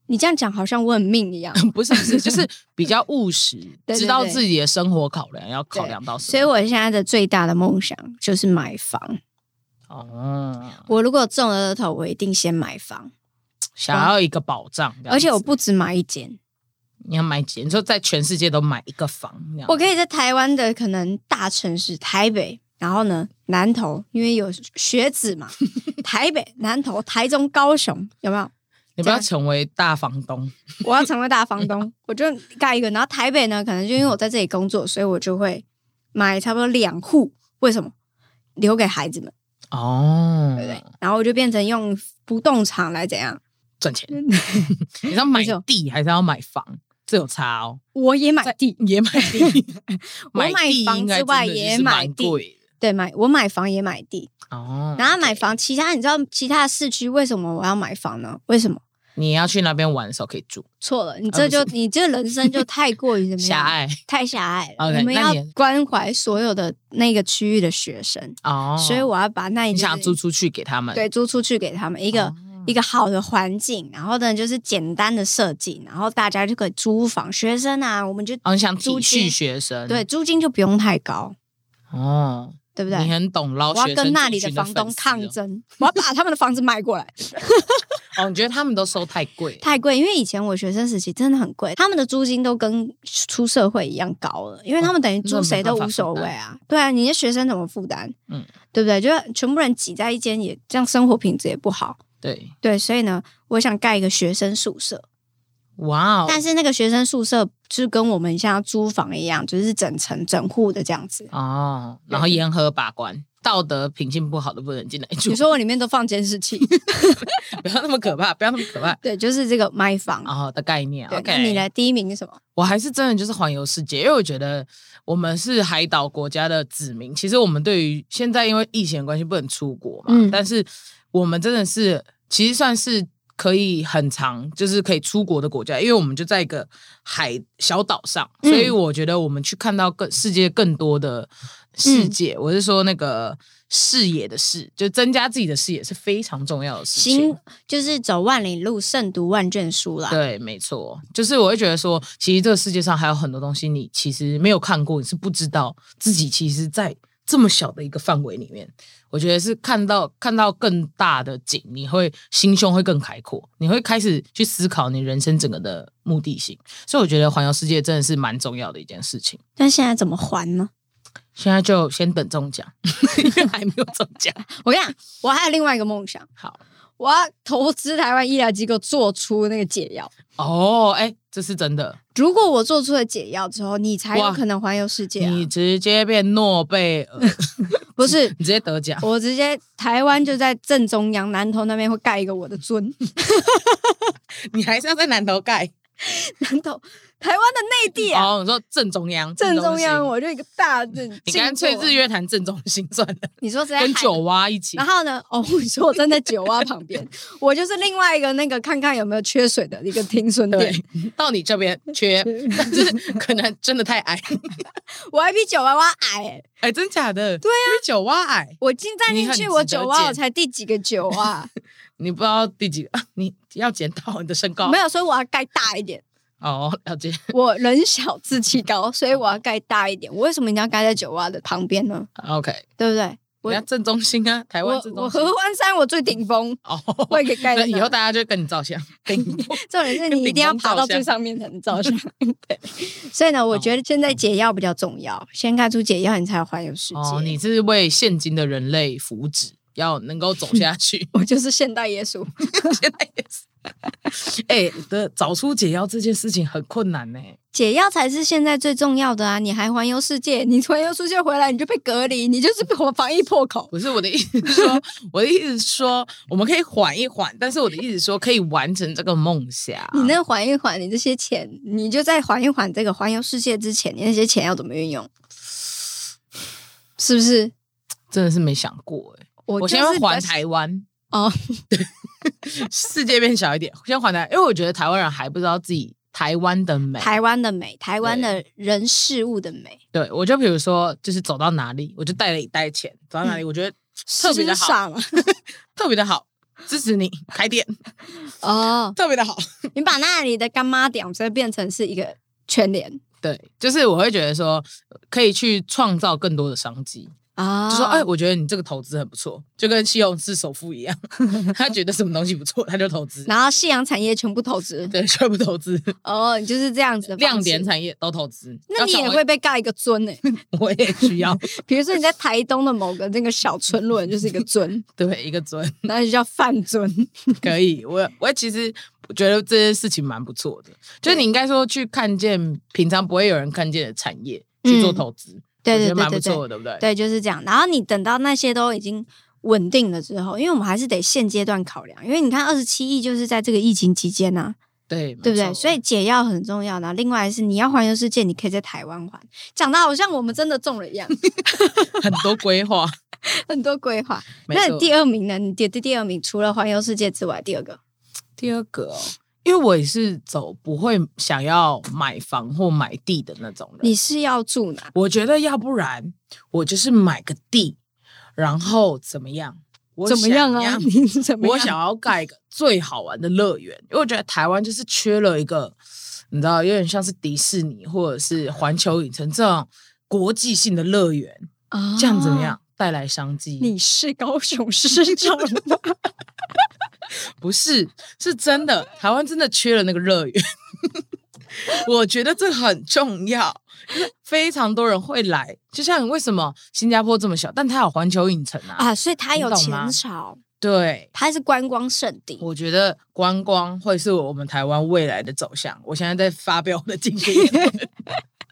Speaker 3: 你这样讲好像我很命一
Speaker 2: [laughs]
Speaker 3: 样，
Speaker 2: 不是不是，就是比较务实，
Speaker 3: [laughs] 对对
Speaker 2: 知道
Speaker 3: 对
Speaker 2: 自己的生活考量要考量到什么，
Speaker 3: 所以我现在的最大的梦想就是买房。
Speaker 2: 哦，
Speaker 3: 我如果中了乐透，我一定先买房，
Speaker 2: 想要一个保障，这样
Speaker 3: 嗯而且我
Speaker 2: 子
Speaker 3: 不止买一间，
Speaker 2: 你要买几，你说在全世界都买一个房，这样
Speaker 3: 我可以在台湾的可能大城市台北，然后呢南投，因为有学
Speaker 2: [laughs]
Speaker 3: 子嘛，台北、南投、台中、高雄，有没有？
Speaker 2: 你不要
Speaker 3: 这样
Speaker 2: 成为大房东，
Speaker 3: 我要成为大房东，我就盖一个。然后台北呢，可能就因为我在这里工作，所以我就会买差不多两户。为什么？留给孩子们，
Speaker 2: 哦，
Speaker 3: 对不对？然后我就变成用不动产来怎样？
Speaker 2: 赚钱，你是要买
Speaker 3: 没错
Speaker 2: 地还是要买房？这有差哦。
Speaker 3: 我也买
Speaker 2: 在
Speaker 3: 地，
Speaker 2: 也买地
Speaker 3: [laughs] ，我买
Speaker 2: 地
Speaker 3: 房
Speaker 2: 应该
Speaker 3: 之外
Speaker 2: 真的
Speaker 3: 也
Speaker 2: 就是
Speaker 3: 买
Speaker 2: 蛮
Speaker 3: 地
Speaker 2: 贵的
Speaker 3: 对，买我买房也买地，
Speaker 2: 哦，
Speaker 3: 然后买房，其他你知道其他的市区为什么我要买房呢？为什么？
Speaker 2: 你要去那边玩的时候可以住，
Speaker 3: 错了，你
Speaker 2: 啊
Speaker 3: 这
Speaker 2: 不
Speaker 3: 就是你这人生就太过于怎么样
Speaker 2: 狭，隘
Speaker 3: 太狭隘了。
Speaker 2: OK，
Speaker 3: 我们
Speaker 2: 那
Speaker 3: 要
Speaker 2: 你
Speaker 3: 关怀所有的那个区域的学生，
Speaker 2: 哦。
Speaker 3: 所以我要把那一
Speaker 2: 你想
Speaker 3: 就是
Speaker 2: 租出哦去给他们，
Speaker 3: 对租出去给他们一
Speaker 2: 一
Speaker 3: 个、一个好的环境，然后呢就是简单的设计，然后大家就可以租房，学生啊，我们就、
Speaker 2: 哦，你想体
Speaker 3: 租金
Speaker 2: 恤学生，
Speaker 3: 对租金就不用太高，
Speaker 2: 哦，
Speaker 3: 对不
Speaker 2: 你
Speaker 3: 对？
Speaker 2: 很懂捞
Speaker 3: 我
Speaker 2: 学
Speaker 3: 要
Speaker 2: 生
Speaker 3: 跟那
Speaker 2: 族
Speaker 3: 里的
Speaker 2: 群
Speaker 3: 房
Speaker 2: 粉
Speaker 3: 东
Speaker 2: 丝
Speaker 3: 抗
Speaker 2: 哦
Speaker 3: 争，我要把他们的房子买过来。
Speaker 2: 哦，你觉得他们都收太贵？
Speaker 3: 太贵，因为以前我学生时期真的很贵，他们的租金都跟出社会一样高了，
Speaker 2: 哦
Speaker 3: 因为他们等于租谁都无所谓啊。对啊，你的学生怎么负担？
Speaker 2: 嗯
Speaker 3: 嗯，对不对？就是全部人挤在一间也，这样生活品质也不好。
Speaker 2: 对，
Speaker 3: 对，所以呢，我想盖一个学生宿舍，
Speaker 2: 哇哦，
Speaker 3: 但是那个学生宿舍就跟我们现在租房一样，就是整层整户的这样子。
Speaker 2: 哦，然后严格把关，道德品性不好的不能进来住 [laughs]
Speaker 3: 你，说我里面都放监视器，
Speaker 2: 不要那么可怕，不要那么可怕。
Speaker 3: 对，就是这个买房。啊
Speaker 2: 哦的概念
Speaker 3: 对，那你
Speaker 2: ，OK，
Speaker 3: 的第一名是什么？
Speaker 2: 我还是真的就是环游世界，因为我觉得我们是海岛国家的子民，其实我们对于现在因为疫情的关系不能出国嘛，
Speaker 3: 嗯
Speaker 2: 但是我们真的是其实算是可以很长，就是可以出国的国家，因为我们就在一个海小岛上，
Speaker 3: 嗯
Speaker 2: 所以我觉得我们去看到更世界更多的
Speaker 3: 嗯
Speaker 2: 世界，我是说那个视野的视，就增加自己的视野是非常重要的事情。
Speaker 3: 行，就是走万里路，胜读万卷书啦。
Speaker 2: 对，没错，就是我会觉得说，其实这个世界上还有很多东西，你其实没有看过，你是不知道自己其实，在这么小的一个范围里面，我觉得是看到看到更大的景，你会心胸会更开阔，你会开始去思考你人生整个的目的性。所以我觉得环游世界真的是蛮重要的一件事情。
Speaker 3: 但现在怎么还呢？
Speaker 2: 现在就先等中奖， [laughs] 因为还没有中奖。
Speaker 3: 我跟你讲，我还有另外一个梦想，
Speaker 2: 好
Speaker 3: 我要投资台湾医疗机构做出那个解药。
Speaker 2: 哦，哎、这是真的，
Speaker 3: 如果我做出了解药之后，你才有
Speaker 2: 哇
Speaker 3: 可能环游世界、啊。
Speaker 2: 你直接变诺贝尔，你
Speaker 3: 不是，
Speaker 2: 直接得奖。
Speaker 3: 我直接台湾就在正中央南投那边会盖一个我的尊。
Speaker 2: [laughs] 你还是要在南头盖
Speaker 3: 南投，台湾的内地啊，
Speaker 2: 哦。你说正中央，
Speaker 3: 正中央，
Speaker 2: 心
Speaker 3: 我就一个大的。
Speaker 2: 你干脆日
Speaker 3: 月，
Speaker 2: 月潭正中心算了，
Speaker 3: 你说是在
Speaker 2: 跟
Speaker 3: 啊海
Speaker 2: 九蛙一起
Speaker 3: 然。后呢？哦，我说我站在九蛙
Speaker 2: [laughs]
Speaker 3: 旁边，我就是另外一个那个看看有没有缺水的一个停损
Speaker 2: 对
Speaker 3: 点，，
Speaker 2: 到你这边
Speaker 3: [laughs]
Speaker 2: 缺， [laughs] 但是可能真的太矮。
Speaker 3: 我还比九蛙蛙矮、欸。
Speaker 2: [laughs] 哎，真假的？对啊，九蛙矮，
Speaker 3: 我进站进
Speaker 2: 你
Speaker 3: 去，
Speaker 2: 很
Speaker 3: 我
Speaker 2: 值得
Speaker 3: 九啊，
Speaker 2: 见
Speaker 3: 我才第几个九
Speaker 2: [laughs]
Speaker 3: 啊？
Speaker 2: 你不知道第几个，啊你要检讨你的身高
Speaker 3: 没。有，所以我要盖大一点。
Speaker 2: 哦，了解。
Speaker 3: 我人小志气高，所以我
Speaker 2: 哦
Speaker 3: 要盖大一点。我为什么一定要盖在九啊的旁边呢？
Speaker 2: OK，
Speaker 3: 对不对？我
Speaker 2: 你要正中心啊，台湾
Speaker 3: 我
Speaker 2: 正
Speaker 3: 我
Speaker 2: 中心。
Speaker 3: 合欢山我最顶峰，
Speaker 2: [laughs]
Speaker 3: 我
Speaker 2: 哦，
Speaker 3: 也可以盖在
Speaker 2: 以后
Speaker 3: 那。
Speaker 2: 大家就跟你照相，
Speaker 3: [laughs]
Speaker 2: 顶多
Speaker 3: 重点是你一定要爬到最上面才能
Speaker 2: [laughs]
Speaker 3: 照相。对，所以呢，
Speaker 2: 哦
Speaker 3: 我觉得现在解药比较重要，先盖出解药，你才有环游世
Speaker 2: 哦，
Speaker 3: 界。
Speaker 2: 你是为现今的人类福祉要能够走下 [laughs] 去。
Speaker 3: 我就是现代耶稣，
Speaker 2: 现在也是。哎、的找出解药这件事情很困难呢、
Speaker 3: 解药才是现在最重要的啊！你还环游世界，你环游世界回来你就被隔离，你就是防疫破口。
Speaker 2: 不是我的意思是说，
Speaker 3: [laughs]
Speaker 2: 我的意思是说，我们可以缓一缓，但是我的意思是说，可以完成这个梦想。
Speaker 3: 你那缓一缓，你这些钱，你就在缓一缓这个环游世界之前，你那些钱要怎么运用？是不是？
Speaker 2: 真的是没想过哎、
Speaker 3: 我
Speaker 2: 我
Speaker 3: 就
Speaker 2: 先
Speaker 3: 是
Speaker 2: 还
Speaker 3: 比较
Speaker 2: 台湾
Speaker 3: 哦，
Speaker 2: [laughs] 世界变小一点，先还台，因为我觉得台湾人还不知道自己台湾的美。
Speaker 3: 台湾的美，台湾的人事物的美，
Speaker 2: 对，我就比如说，就是走到哪里，我就带了一袋钱，走到哪
Speaker 3: 嗯
Speaker 2: 里，我觉得特别的好， [laughs]
Speaker 3: 傻嘛？
Speaker 2: 特别的好，支持
Speaker 3: [laughs]
Speaker 2: 你开店，
Speaker 3: 哦，
Speaker 2: 特别的好。
Speaker 3: 你把那里的干妈点再变成是一个
Speaker 2: [laughs]
Speaker 3: 全联
Speaker 2: 对，就是我会觉得说，可以去创造更多的商机。
Speaker 3: 啊
Speaker 2: 就说，哎，我觉得你这个投资很不错，就跟西红柿首富一样， [laughs] 他觉得什么东西不错，他就投资。
Speaker 3: 然后夕阳产业全部
Speaker 2: [laughs]
Speaker 3: 投资，
Speaker 2: 对，全部投资，
Speaker 3: 哦，你就是这样子的方式
Speaker 2: 亮点。产业都投资。
Speaker 3: 那你
Speaker 2: 要
Speaker 3: 也
Speaker 2: 成
Speaker 3: 会
Speaker 2: 为，
Speaker 3: 被盖一个
Speaker 2: [laughs]
Speaker 3: 尊呢、
Speaker 2: 我也需
Speaker 3: [laughs]
Speaker 2: 要
Speaker 3: 比如说你在台东的某个那个小村落，你就是一个
Speaker 2: [laughs]
Speaker 3: 尊，
Speaker 2: 对一个尊，
Speaker 3: 然后就叫范尊。
Speaker 2: 可以。我我其实我觉得这件事情蛮不错的，就是你应该说去看见平常不会有人看见的产业去做
Speaker 3: 嗯
Speaker 2: 投资，
Speaker 3: 对
Speaker 2: 我
Speaker 3: 对
Speaker 2: 觉得
Speaker 3: 对
Speaker 2: 蛮不
Speaker 3: 对对，
Speaker 2: 错的，对不对？
Speaker 3: 对，就是这样。然后你等到那些都已经稳定了之后，因为我们还是得现阶段考量，因为你看二十七亿就是在这个疫情期间呐、
Speaker 2: 对，没
Speaker 3: 对不对？
Speaker 2: 错
Speaker 3: 所以解药很重要的啊。另外是你要环游世界，你可以在台湾环。讲的好像我们真的中了
Speaker 2: [laughs]
Speaker 3: 一样，
Speaker 2: 很多规
Speaker 3: [laughs]
Speaker 2: 划，
Speaker 3: 很多规划。
Speaker 2: 没
Speaker 3: 那
Speaker 2: 错
Speaker 3: 你第二名呢？你第第第二名除了环游世界之外，第二个
Speaker 2: 第二个哦，因为我也是走不会想要买房或买地的那种人。
Speaker 3: 你是要住哪？
Speaker 2: 我觉得要不然我就是买个地，然后怎么样？我
Speaker 3: 怎么样
Speaker 2: 想
Speaker 3: 啊？
Speaker 2: 要
Speaker 3: 你是怎么样？
Speaker 2: 我想要盖一个最好玩的乐园，因为我觉得台湾就是缺了一个，你知道，有点像是迪士尼或者是环球影城这种国际性的乐园，
Speaker 3: 啊
Speaker 2: 哦这样怎么？样？带来商机？
Speaker 3: 你是高雄市长吗？
Speaker 2: 不是，是真的，台湾真的缺了那个乐园。 [laughs] 我觉得这很重要，就是非常多人会来。就像为什么新加坡这么小，但它有环球影城啊？
Speaker 3: 啊，所以它有
Speaker 2: 你懂吗
Speaker 3: 前朝，
Speaker 2: 对，
Speaker 3: 它是观光圣地。
Speaker 2: 我觉得观光会是我们台湾未来的走向。我现在在发表我的经济，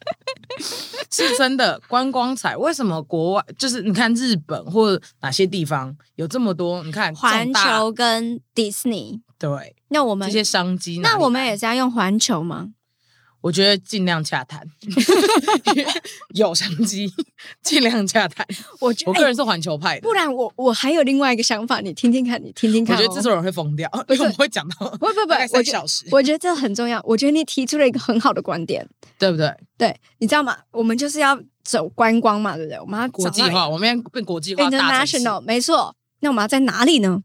Speaker 2: [laughs] 是真的观光彩。为什么国外就是你看日本或哪些地方有这么多？你看
Speaker 3: 环
Speaker 2: 重大
Speaker 3: 球跟迪士尼，
Speaker 2: 对
Speaker 3: 那我们
Speaker 2: 这些商机哪里来，
Speaker 3: 那我们也是要用环球吗？
Speaker 2: 我觉得尽量洽谈， [laughs] 有商机尽量洽谈。
Speaker 3: 我觉
Speaker 2: 我
Speaker 3: 得，
Speaker 2: 个
Speaker 3: 哎
Speaker 2: 人是环球派的，
Speaker 3: 不然我我还有另外一个想法，你听听看，你听听
Speaker 2: 我
Speaker 3: 看、哦。
Speaker 2: 觉得制作人会疯掉，
Speaker 3: 不
Speaker 2: 因
Speaker 3: 是
Speaker 2: 为我们会讲到
Speaker 3: 不不不
Speaker 2: 大概，
Speaker 3: 我
Speaker 2: 三
Speaker 3: 觉得
Speaker 2: 小时，
Speaker 3: 我觉得这很重要。我觉得你提出了一个很好的观点，
Speaker 2: 对不对？
Speaker 3: 对，你知道吗？我们就是要走观光嘛，对不对？我们要
Speaker 2: 国际化，我们要变国际化大城市。
Speaker 3: ，international，没错。那我们要在哪里呢？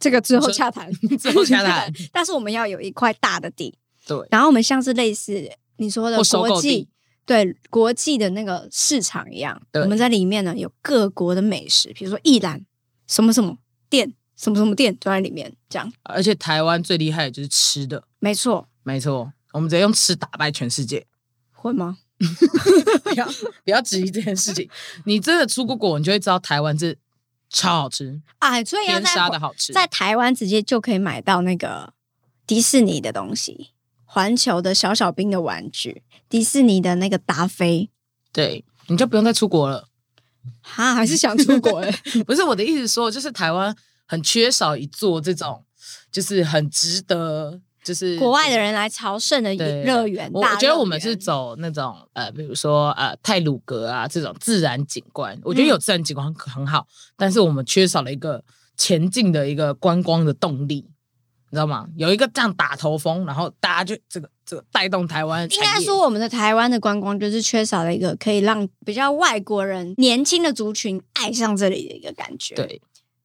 Speaker 3: 这个之后
Speaker 2: 你说
Speaker 3: 洽谈，
Speaker 2: [laughs]
Speaker 3: [laughs]
Speaker 2: 之后洽谈
Speaker 3: 但是我们要有一块大的地，
Speaker 2: 对，
Speaker 3: 然后我们像是类似你说的
Speaker 2: 或收购
Speaker 3: 国际
Speaker 2: 地，
Speaker 3: 对国际的那个市场一样，
Speaker 2: 对
Speaker 3: 我们在里面呢有各国的美食，比如说一兰什么什么店，什么什么店都在里面，这样
Speaker 2: 而且台湾最厉害的就是吃的，
Speaker 3: 没错，
Speaker 2: 没错，我们直接用吃打败全世界。 [laughs]
Speaker 3: 会吗？
Speaker 2: 不要不要质疑这件事情，你真的出过国，你就会知道台湾是超好吃，
Speaker 3: 哎，所以要
Speaker 2: 天
Speaker 3: 在
Speaker 2: 杀的好吃。
Speaker 3: 在台湾直接就可以买到那个迪士尼的东西，环球的小小兵的玩具，迪士尼的那个达菲。
Speaker 2: 对，你就不用再出国了。 [laughs]
Speaker 3: 哈，还是想出国哎、
Speaker 2: 不是我的意思说，就是台湾很缺少一座这种，就是很值得，就是
Speaker 3: 国外的。人来朝圣的
Speaker 2: 对
Speaker 3: 乐园，
Speaker 2: 我
Speaker 3: 大
Speaker 2: 我觉得我们
Speaker 3: 乐园
Speaker 2: 是走那种呃，比如说呃泰鲁格啊这种自然景观，我觉
Speaker 3: 嗯
Speaker 2: 得有自然景观很很好，但是我们缺少了一个前进的一个观光的动力，你知道吗？有一个这样打头风，然后大家就这个这个带动台湾的
Speaker 3: 应
Speaker 2: 产
Speaker 3: 该
Speaker 2: 业
Speaker 3: 说，我们的台湾的观光就是缺少了一个可以让比较外国人、年轻的族群爱上这里的一个感觉。，
Speaker 2: 对。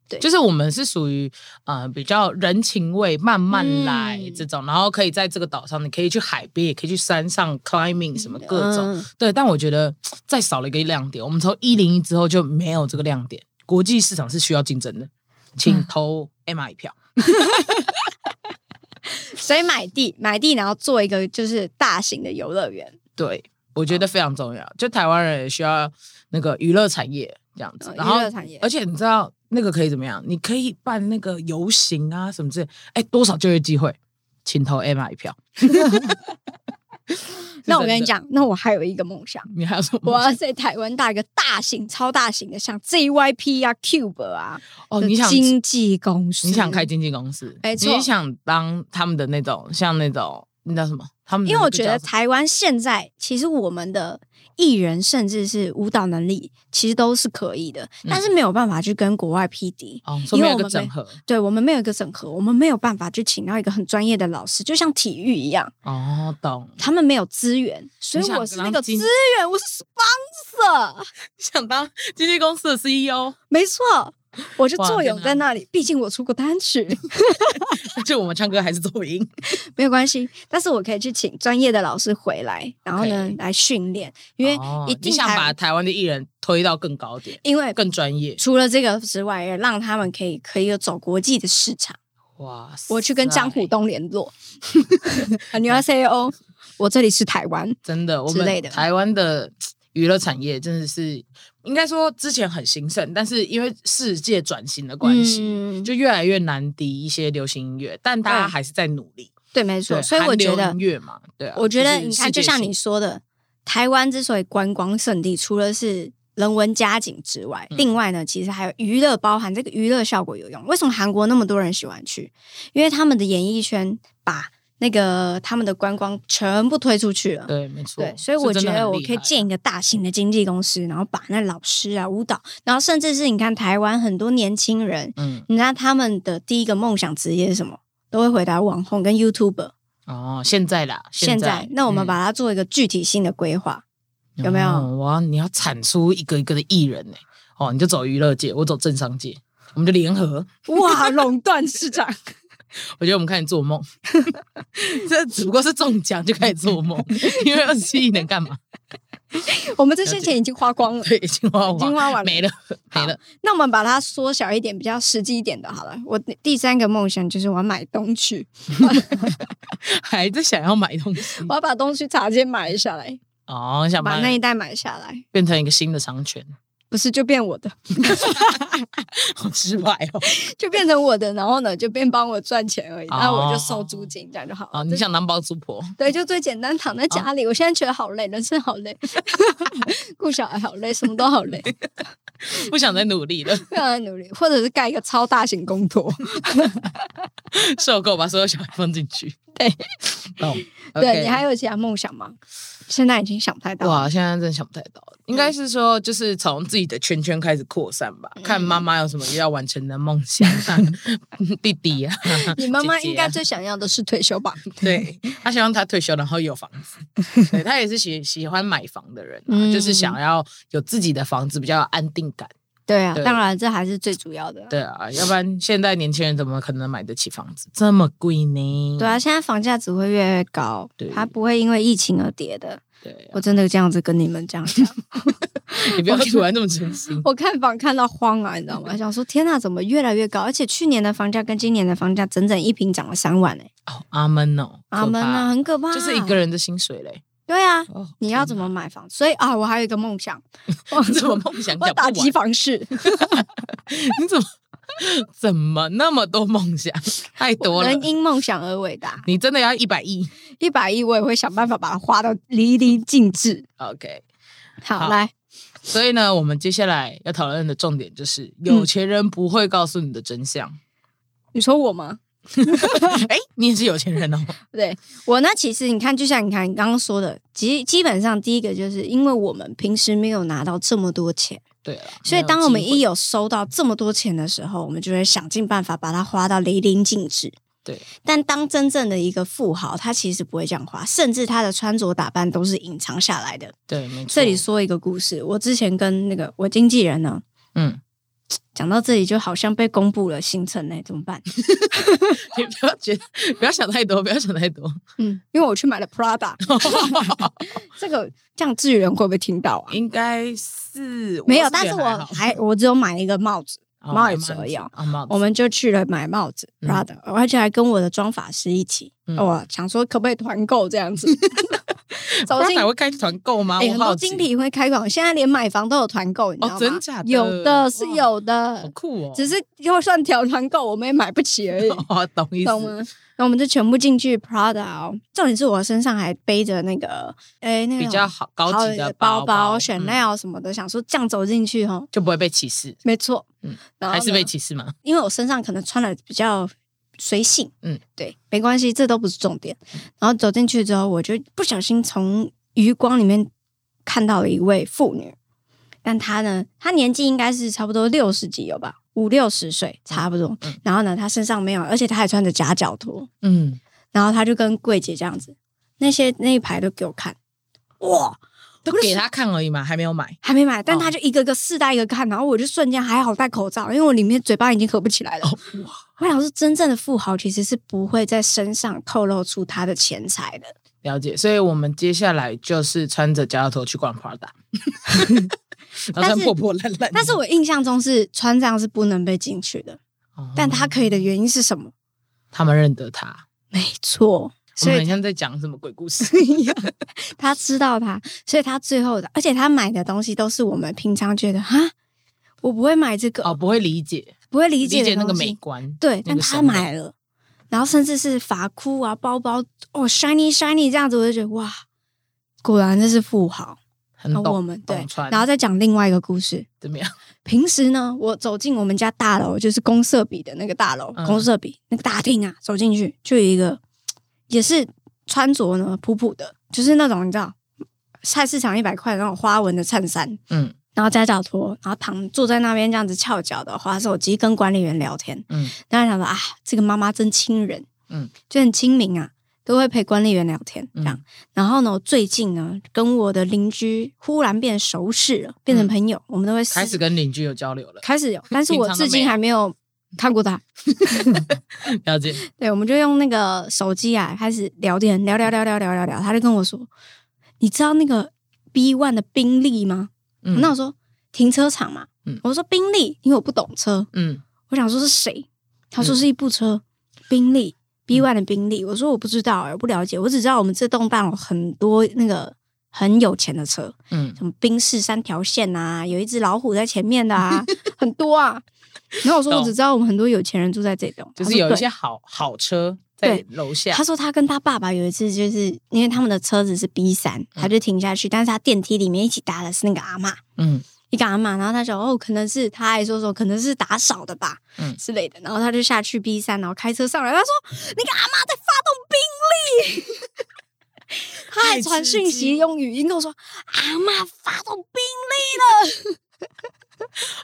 Speaker 3: 对
Speaker 2: 就是我们是属于呃比较人情味，慢慢来
Speaker 3: 嗯
Speaker 2: 这种，然后可以在这个岛上，你可以去海边，也可以去山上 climbing 什么各种。
Speaker 3: 嗯
Speaker 2: 对，但我觉得再少了一个亮点，我们从一零一之后就没有这个亮点。国际市场是需要竞争的，
Speaker 3: 嗯
Speaker 2: 请投 Emma 一票。
Speaker 3: 所以买地买地，然后做一个就是大型的游乐园。
Speaker 2: 对，我觉得非常重要。就台湾人也需要那个娱乐产业这样子
Speaker 3: 嗯，
Speaker 2: 然后呃
Speaker 3: 娱乐产业
Speaker 2: 而且你知道那个可以怎么样？你可以办那个游行啊什么之类，哎，多少就业机会，请投 Emma 一
Speaker 3: [laughs]
Speaker 2: 票。
Speaker 3: 那我跟
Speaker 2: 真
Speaker 3: 你
Speaker 2: 的，
Speaker 3: 讲，那我还有一个梦想。
Speaker 2: 你还有什
Speaker 3: 我
Speaker 2: 么？
Speaker 3: 要在台湾搭一个大型、超大型的，像 JYP 啊、Cube 啊，
Speaker 2: 哦，
Speaker 3: 的
Speaker 2: 你想
Speaker 3: 经纪公司？
Speaker 2: 你想开？经纪公司，
Speaker 3: 没错
Speaker 2: 你想当他们的那种，像那种那叫什么？他们的
Speaker 3: 因为我
Speaker 2: 那个
Speaker 3: 觉
Speaker 2: 嗯叫
Speaker 3: 得
Speaker 2: 什么
Speaker 3: 台湾现在其实我们的艺人甚至是舞蹈能力，其实都是可以的，
Speaker 2: 嗯
Speaker 3: 但是没有办法去跟国外匹敌。
Speaker 2: 哦，说明
Speaker 3: 因为
Speaker 2: 有
Speaker 3: 我
Speaker 2: 一个
Speaker 3: 们
Speaker 2: 整
Speaker 3: 没
Speaker 2: 合
Speaker 3: 对我们没有一个整合，我们没有办法去请到一个很专业的老师，就像体育一样，
Speaker 2: 哦，懂。
Speaker 3: 他们没有资源，所以
Speaker 2: 你想
Speaker 3: 我是
Speaker 2: 跟
Speaker 3: 那
Speaker 2: 他
Speaker 3: 个资
Speaker 2: 竞
Speaker 3: 源，我是 sponsor，
Speaker 2: [laughs] 想当经纪公司的 E CEO，
Speaker 3: 没错，我就
Speaker 2: 哇
Speaker 3: 坐
Speaker 2: 天
Speaker 3: 拥在那里，毕竟我出过单曲。
Speaker 2: [laughs] 就我们唱歌还是走音。
Speaker 3: 没有关系，但是我可以去请专业的老师回来，然后呢
Speaker 2: OK
Speaker 3: 来训练，因为
Speaker 2: 哦
Speaker 3: 一
Speaker 2: 你
Speaker 3: 定
Speaker 2: 想
Speaker 3: 还
Speaker 2: 把台湾的艺人推到更高点、
Speaker 3: 因为
Speaker 2: 更专业。
Speaker 3: 除了这个之外，也让他们可以可以有走国际的市场。
Speaker 2: 哇塞！
Speaker 3: 我去跟江
Speaker 2: 啊
Speaker 3: 虎东联络， [laughs] 你
Speaker 2: 哎
Speaker 3: 要 C E O，我这里是台湾，
Speaker 2: 真的，我
Speaker 3: 之类
Speaker 2: 们
Speaker 3: 的
Speaker 2: 台湾的娱乐产业真的是，应该说之前很兴盛，但是因为世界转型的关系，
Speaker 3: 嗯、
Speaker 2: 就越来越难敌一些流行音乐，但大家
Speaker 3: 对
Speaker 2: 还是在努力。
Speaker 3: 对，没错。
Speaker 2: 对，
Speaker 3: 所以我
Speaker 2: 韩流
Speaker 3: 觉得
Speaker 2: 音，乐嘛，对啊，
Speaker 3: 我觉得
Speaker 2: 是
Speaker 3: 你
Speaker 2: 世
Speaker 3: 看，就
Speaker 2: 界
Speaker 3: 像
Speaker 2: 性
Speaker 3: 你说的，台湾之所以观光胜地，除了是人文佳景之外，
Speaker 2: 嗯
Speaker 3: 另外呢，其实还有娱乐，包含这个娱乐效果有用。为什么韩国那么多人喜欢去？因为他们的演艺圈把那个他们的观光全部推出去了。
Speaker 2: 对，没错
Speaker 3: 对，。所以我
Speaker 2: 是
Speaker 3: 觉
Speaker 2: 真的
Speaker 3: 得
Speaker 2: 很
Speaker 3: 我
Speaker 2: 厉
Speaker 3: 可以
Speaker 2: 害
Speaker 3: 建一个大型的经纪公司，然后把那老师啊、舞蹈，然后甚至是你看台湾很多年轻人，
Speaker 2: 嗯
Speaker 3: 你知道他们的第一个梦想职业是什么？都会回答网红跟 YouTuber。
Speaker 2: 哦，现在啦，
Speaker 3: 现在，那我们
Speaker 2: 嗯
Speaker 3: 把它做一个具体性的规
Speaker 2: [laughs]
Speaker 3: 划。有没有
Speaker 2: 哦哇，你要产出一个一个的艺人呢、哦，你就走娱乐界，我走政商界，我们就联合。
Speaker 3: 哇，垄断市场，
Speaker 2: 我觉得我们开始做梦， [laughs] 这只不过是中奖就开始做梦， [laughs] 因为二十七亿能干嘛？ [laughs]
Speaker 3: 我们这些钱已经花光了。
Speaker 2: 对，已经花
Speaker 3: 已经
Speaker 2: 完，
Speaker 3: 花完了
Speaker 2: 没了，没了。
Speaker 3: 那我们把它缩小一点，比较实际一点的，好了。我第第三个梦想就是我要买东区，
Speaker 2: 还在想要买东西
Speaker 3: 我要把东区茶街买下来，
Speaker 2: 哦，嗯想把
Speaker 3: 把那一带买下来，
Speaker 2: 变成一个新的商圈，
Speaker 3: 不是就变我的，
Speaker 2: 好失败哦。 [laughs]
Speaker 3: 就变成我的，然后呢就变帮我赚钱而已，
Speaker 2: 哦
Speaker 3: 然后我就收租金，这样就好了。
Speaker 2: 哦，你哦想当包租婆？
Speaker 3: 对，就最简单，躺在家里。我现在觉得好累，人生好
Speaker 2: [laughs]
Speaker 3: 累，顾小孩好累，什么都好累， [laughs]
Speaker 2: 不想再努力了，
Speaker 3: 非常努力，或者是盖一个超大
Speaker 2: [laughs]
Speaker 3: 型公托。
Speaker 2: 受够把所有小孩放进去。对，懂。
Speaker 3: 对你还
Speaker 2: 有
Speaker 3: 有其他梦想吗？现在已经想不太到了。
Speaker 2: 哇，现在真的想不太到，应该是说就是从自己的圈圈开始扩散吧，
Speaker 3: 嗯
Speaker 2: 看妈妈有什么要完成的梦
Speaker 3: [laughs]
Speaker 2: 想啊，弟弟啊，
Speaker 3: 你妈妈
Speaker 2: 姐姐啊
Speaker 3: 应该最想要的是退休吧？
Speaker 2: 对他希望他退休然后有房子，
Speaker 3: [laughs]
Speaker 2: 对他也是喜喜欢买房的人啊、
Speaker 3: 嗯
Speaker 2: 就是想要有自己的房子比较有安定感。
Speaker 3: 对
Speaker 2: [laughs]
Speaker 3: 啊，
Speaker 2: 对
Speaker 3: 当然这还是最主要的。
Speaker 2: 对啊，要不然现在年轻人怎么可能买得起房子？这么贵呢？
Speaker 3: 对啊，现在房价只会越来越高
Speaker 2: 对，
Speaker 3: 它不会因为疫情而跌的。
Speaker 2: 对 [laughs] 啊，
Speaker 3: 我真的这样子跟你们
Speaker 2: [laughs]
Speaker 3: 这样讲，
Speaker 2: 你不要突然这么诚心。
Speaker 3: 我看房看到慌啊，你知道吗？想说天哪，怎么越来越高？而且去年的房价跟今年的房价整整一平涨了三万哎、
Speaker 2: 哦，阿门哦，
Speaker 3: 阿门啊，
Speaker 2: 可
Speaker 3: 很可怕、
Speaker 2: 怕，就是一个。人的薪水嘞。
Speaker 3: 对啊，
Speaker 2: 哦，
Speaker 3: 你要怎么买房？所以啊，我还有一个梦想，我
Speaker 2: [laughs] 你怎
Speaker 3: [laughs]
Speaker 2: 么梦想
Speaker 3: 我
Speaker 2: 讲不
Speaker 3: 打
Speaker 2: 完？
Speaker 3: 击房市，
Speaker 2: 你怎么怎么那么多梦想？太 [laughs] 多了。
Speaker 3: 人因梦想而伟大。
Speaker 2: 你真的要一百亿
Speaker 3: 一百亿我也会想办法把它花到淋漓尽致。
Speaker 2: ？OK，
Speaker 3: 好，
Speaker 2: 好
Speaker 3: 来，
Speaker 2: 所以呢，我们接下来要讨论的重点就是，有钱人不会告诉你的真
Speaker 3: [laughs]
Speaker 2: 相。
Speaker 3: 你说我吗？
Speaker 2: 哎、你也是有钱人哦。
Speaker 3: 对我呢，其实你看，就像你看你刚刚说的，基基本上第一个就是因为我们平时没有拿到这么多钱，
Speaker 2: 对了，
Speaker 3: [laughs] 所以当我们一
Speaker 2: 有
Speaker 3: 有收到这么多钱的时候，我们就会想尽办法把它花到淋漓尽致。
Speaker 2: 对，
Speaker 3: 但当真正的一个富豪，他其实不会这样花，甚至他的穿着打扮都是隐藏下来的。
Speaker 2: 机会对，没错。
Speaker 3: 这里说一个故事，我之前跟那个我经纪人呢，
Speaker 2: 嗯， [laughs]
Speaker 3: 讲到这里就好像被公布了行程呢、怎么办？
Speaker 2: 你不要觉得，不要想太多，不要想太
Speaker 3: [laughs]
Speaker 2: 多。
Speaker 3: 嗯，因为我去买了 Prada，这个这样志远会不会听到啊？
Speaker 2: 应该是
Speaker 3: 没有，但是我还我只有买一个帽子，帽子而已哦
Speaker 2: 啊，帽子。
Speaker 3: 我们就去了买帽子
Speaker 2: 嗯
Speaker 3: Prada，、而且还跟我的妆发师一起。
Speaker 2: 嗯
Speaker 3: 我想说可不可以团购这样
Speaker 2: [laughs]
Speaker 3: 子？走进
Speaker 2: 才会开团购吗？
Speaker 3: 哎
Speaker 2: 我
Speaker 3: 很
Speaker 2: 好
Speaker 3: 多
Speaker 2: 奇
Speaker 3: 经理会开广，现在连买房都有团购，你知道吗？
Speaker 2: 哦真假的
Speaker 3: 有的是
Speaker 2: 哇
Speaker 3: 有
Speaker 2: 好
Speaker 3: 的，
Speaker 2: 酷哦， [laughs]
Speaker 3: 只是就算调团购，我们也买不起而已。
Speaker 2: 哦，懂意思，
Speaker 3: 懂吗？那我们就全部进去 Prada 哦。重点是我身上还背着那个，哎，那个
Speaker 2: 比较好高级的
Speaker 3: 包
Speaker 2: 包，
Speaker 3: 选
Speaker 2: 嗯
Speaker 3: Chanel 什么的，想说这样走进去哦，
Speaker 2: 就不会被歧视，
Speaker 3: 没错，
Speaker 2: 嗯，
Speaker 3: 然后
Speaker 2: 还是
Speaker 3: 呢
Speaker 2: 被歧视吗？
Speaker 3: 因为我身上可能穿的比较随性，
Speaker 2: 嗯
Speaker 3: 嗯，对，没关系，这都不是重点。然后走进去之后，我就不小心从余光里面看到了一位妇女，但她呢，她年纪应该是差不多六十几有吧，五六十岁差不多。
Speaker 2: 嗯
Speaker 3: 然后呢，她身上没有，而且她还穿着夹脚拖，
Speaker 2: 嗯，
Speaker 3: 然后她就跟柜姐这样子，那些那一排都给我看，哇！
Speaker 2: 都嗯给他看而已嘛，还没有买。
Speaker 3: 还没买，但
Speaker 2: 哦
Speaker 3: 她就一个个试戴一个看，然后我就瞬间还好戴口罩，因为我里面嘴巴已经合不起来了。
Speaker 2: 哦， [laughs] 哇，
Speaker 3: 我想说，真正的富豪其实是不会在身上透露出他的钱财的。
Speaker 2: 了解。所以我们接下来就是穿着夹脚拖去逛
Speaker 3: [laughs]
Speaker 2: Prada，然后穿
Speaker 3: 但是
Speaker 2: 破破烂烂的。
Speaker 3: 但是我印象中是穿这样是不能被进去的，
Speaker 2: 哦，
Speaker 3: 但他可以的原因是什么？
Speaker 2: 他们认得他，
Speaker 3: 没错，
Speaker 2: 我
Speaker 3: 所
Speaker 2: 们很
Speaker 3: 以
Speaker 2: 像在讲什么鬼
Speaker 3: [laughs]
Speaker 2: 故事。
Speaker 3: 他知道他，所以他最后的，而且他买的东西都是我们平常觉得哈，我不会买这个，
Speaker 2: 哦，不会理解，
Speaker 3: 不会理
Speaker 2: 理
Speaker 3: 解的
Speaker 2: 那个
Speaker 3: 东西
Speaker 2: 美观。
Speaker 3: 对，
Speaker 2: 那
Speaker 3: 但
Speaker 2: 个
Speaker 3: 他
Speaker 2: 审美
Speaker 3: 买了，然后甚至是发箍啊、包包，哦，shiny shiny 这样子，我就觉得哇，果然这是富豪。
Speaker 2: 很
Speaker 3: 那
Speaker 2: 嗯懂，
Speaker 3: 哦我们对
Speaker 2: 懂，穿，
Speaker 3: 然后再讲另外一个故事，
Speaker 2: 怎么样？
Speaker 3: 平时呢，我走进我们家大楼，就是公社比的那个大楼，
Speaker 2: 嗯
Speaker 3: 公社比那个大厅啊，走进去就有一个也是穿着呢普普的，就是那种你知道菜市场一百块的那种花纹的衬衫，
Speaker 2: 嗯
Speaker 3: 然后夹脚拖，然后躺坐在那边这样子翘脚的划手机，跟管理员聊天。
Speaker 2: 嗯
Speaker 3: 然后想说啊，这个妈妈真亲人，
Speaker 2: 嗯
Speaker 3: 嗯，就很亲民啊，都会陪管理员聊天这
Speaker 2: 嗯
Speaker 3: 样。然后呢，我最近呢跟我的邻居忽然变熟识了，变成朋友，我们都会私
Speaker 2: 嗯开始跟邻居有交流了，
Speaker 3: 开始有，但是我
Speaker 2: 平常都啊
Speaker 3: 至
Speaker 2: 没
Speaker 3: 今
Speaker 2: 有
Speaker 3: 还没有看过他。
Speaker 2: 了解，
Speaker 3: 对，我们就用那个手机啊开始聊天，聊聊聊聊聊聊聊，他就跟我说，你知道那个 B One 的宾利吗？
Speaker 2: 嗯
Speaker 3: 那我说停车场嘛，
Speaker 2: 嗯
Speaker 3: 我说宾利，因为我不懂车，
Speaker 2: 嗯
Speaker 3: 我想说是谁？他说是一部车，宾利
Speaker 2: 嗯
Speaker 3: B One 的宾利。我说我不知道、欸，我不了解，我只知道我们这栋大楼很多那个很有钱的车，
Speaker 2: 嗯
Speaker 3: 什么宾士三条线啊，有一只老虎在前面
Speaker 2: [laughs]
Speaker 3: 的啊，很多啊。然后我说
Speaker 2: 懂
Speaker 3: 我只知道我们很多有钱人住在这栋，
Speaker 2: 就
Speaker 3: 他
Speaker 2: 是
Speaker 3: 说
Speaker 2: 有一
Speaker 3: 对
Speaker 2: 些好好车在
Speaker 3: 对
Speaker 2: 楼下
Speaker 3: 他，说他跟他爸爸有一次，就是因为他们的车子是 B 三，他就停下去，但是他电梯里面一起搭的是那个阿嬷，
Speaker 2: 嗯
Speaker 3: 一个阿嬷，然后他想哦，可能是他还说说可能是打扫的吧，
Speaker 2: 嗯
Speaker 3: 之类的，然后他就下去 B 三，然后开车上来，他说那个阿嬷在发动宾利，他还传讯
Speaker 2: 太刺激
Speaker 3: 息用语音跟我说阿嬷发动宾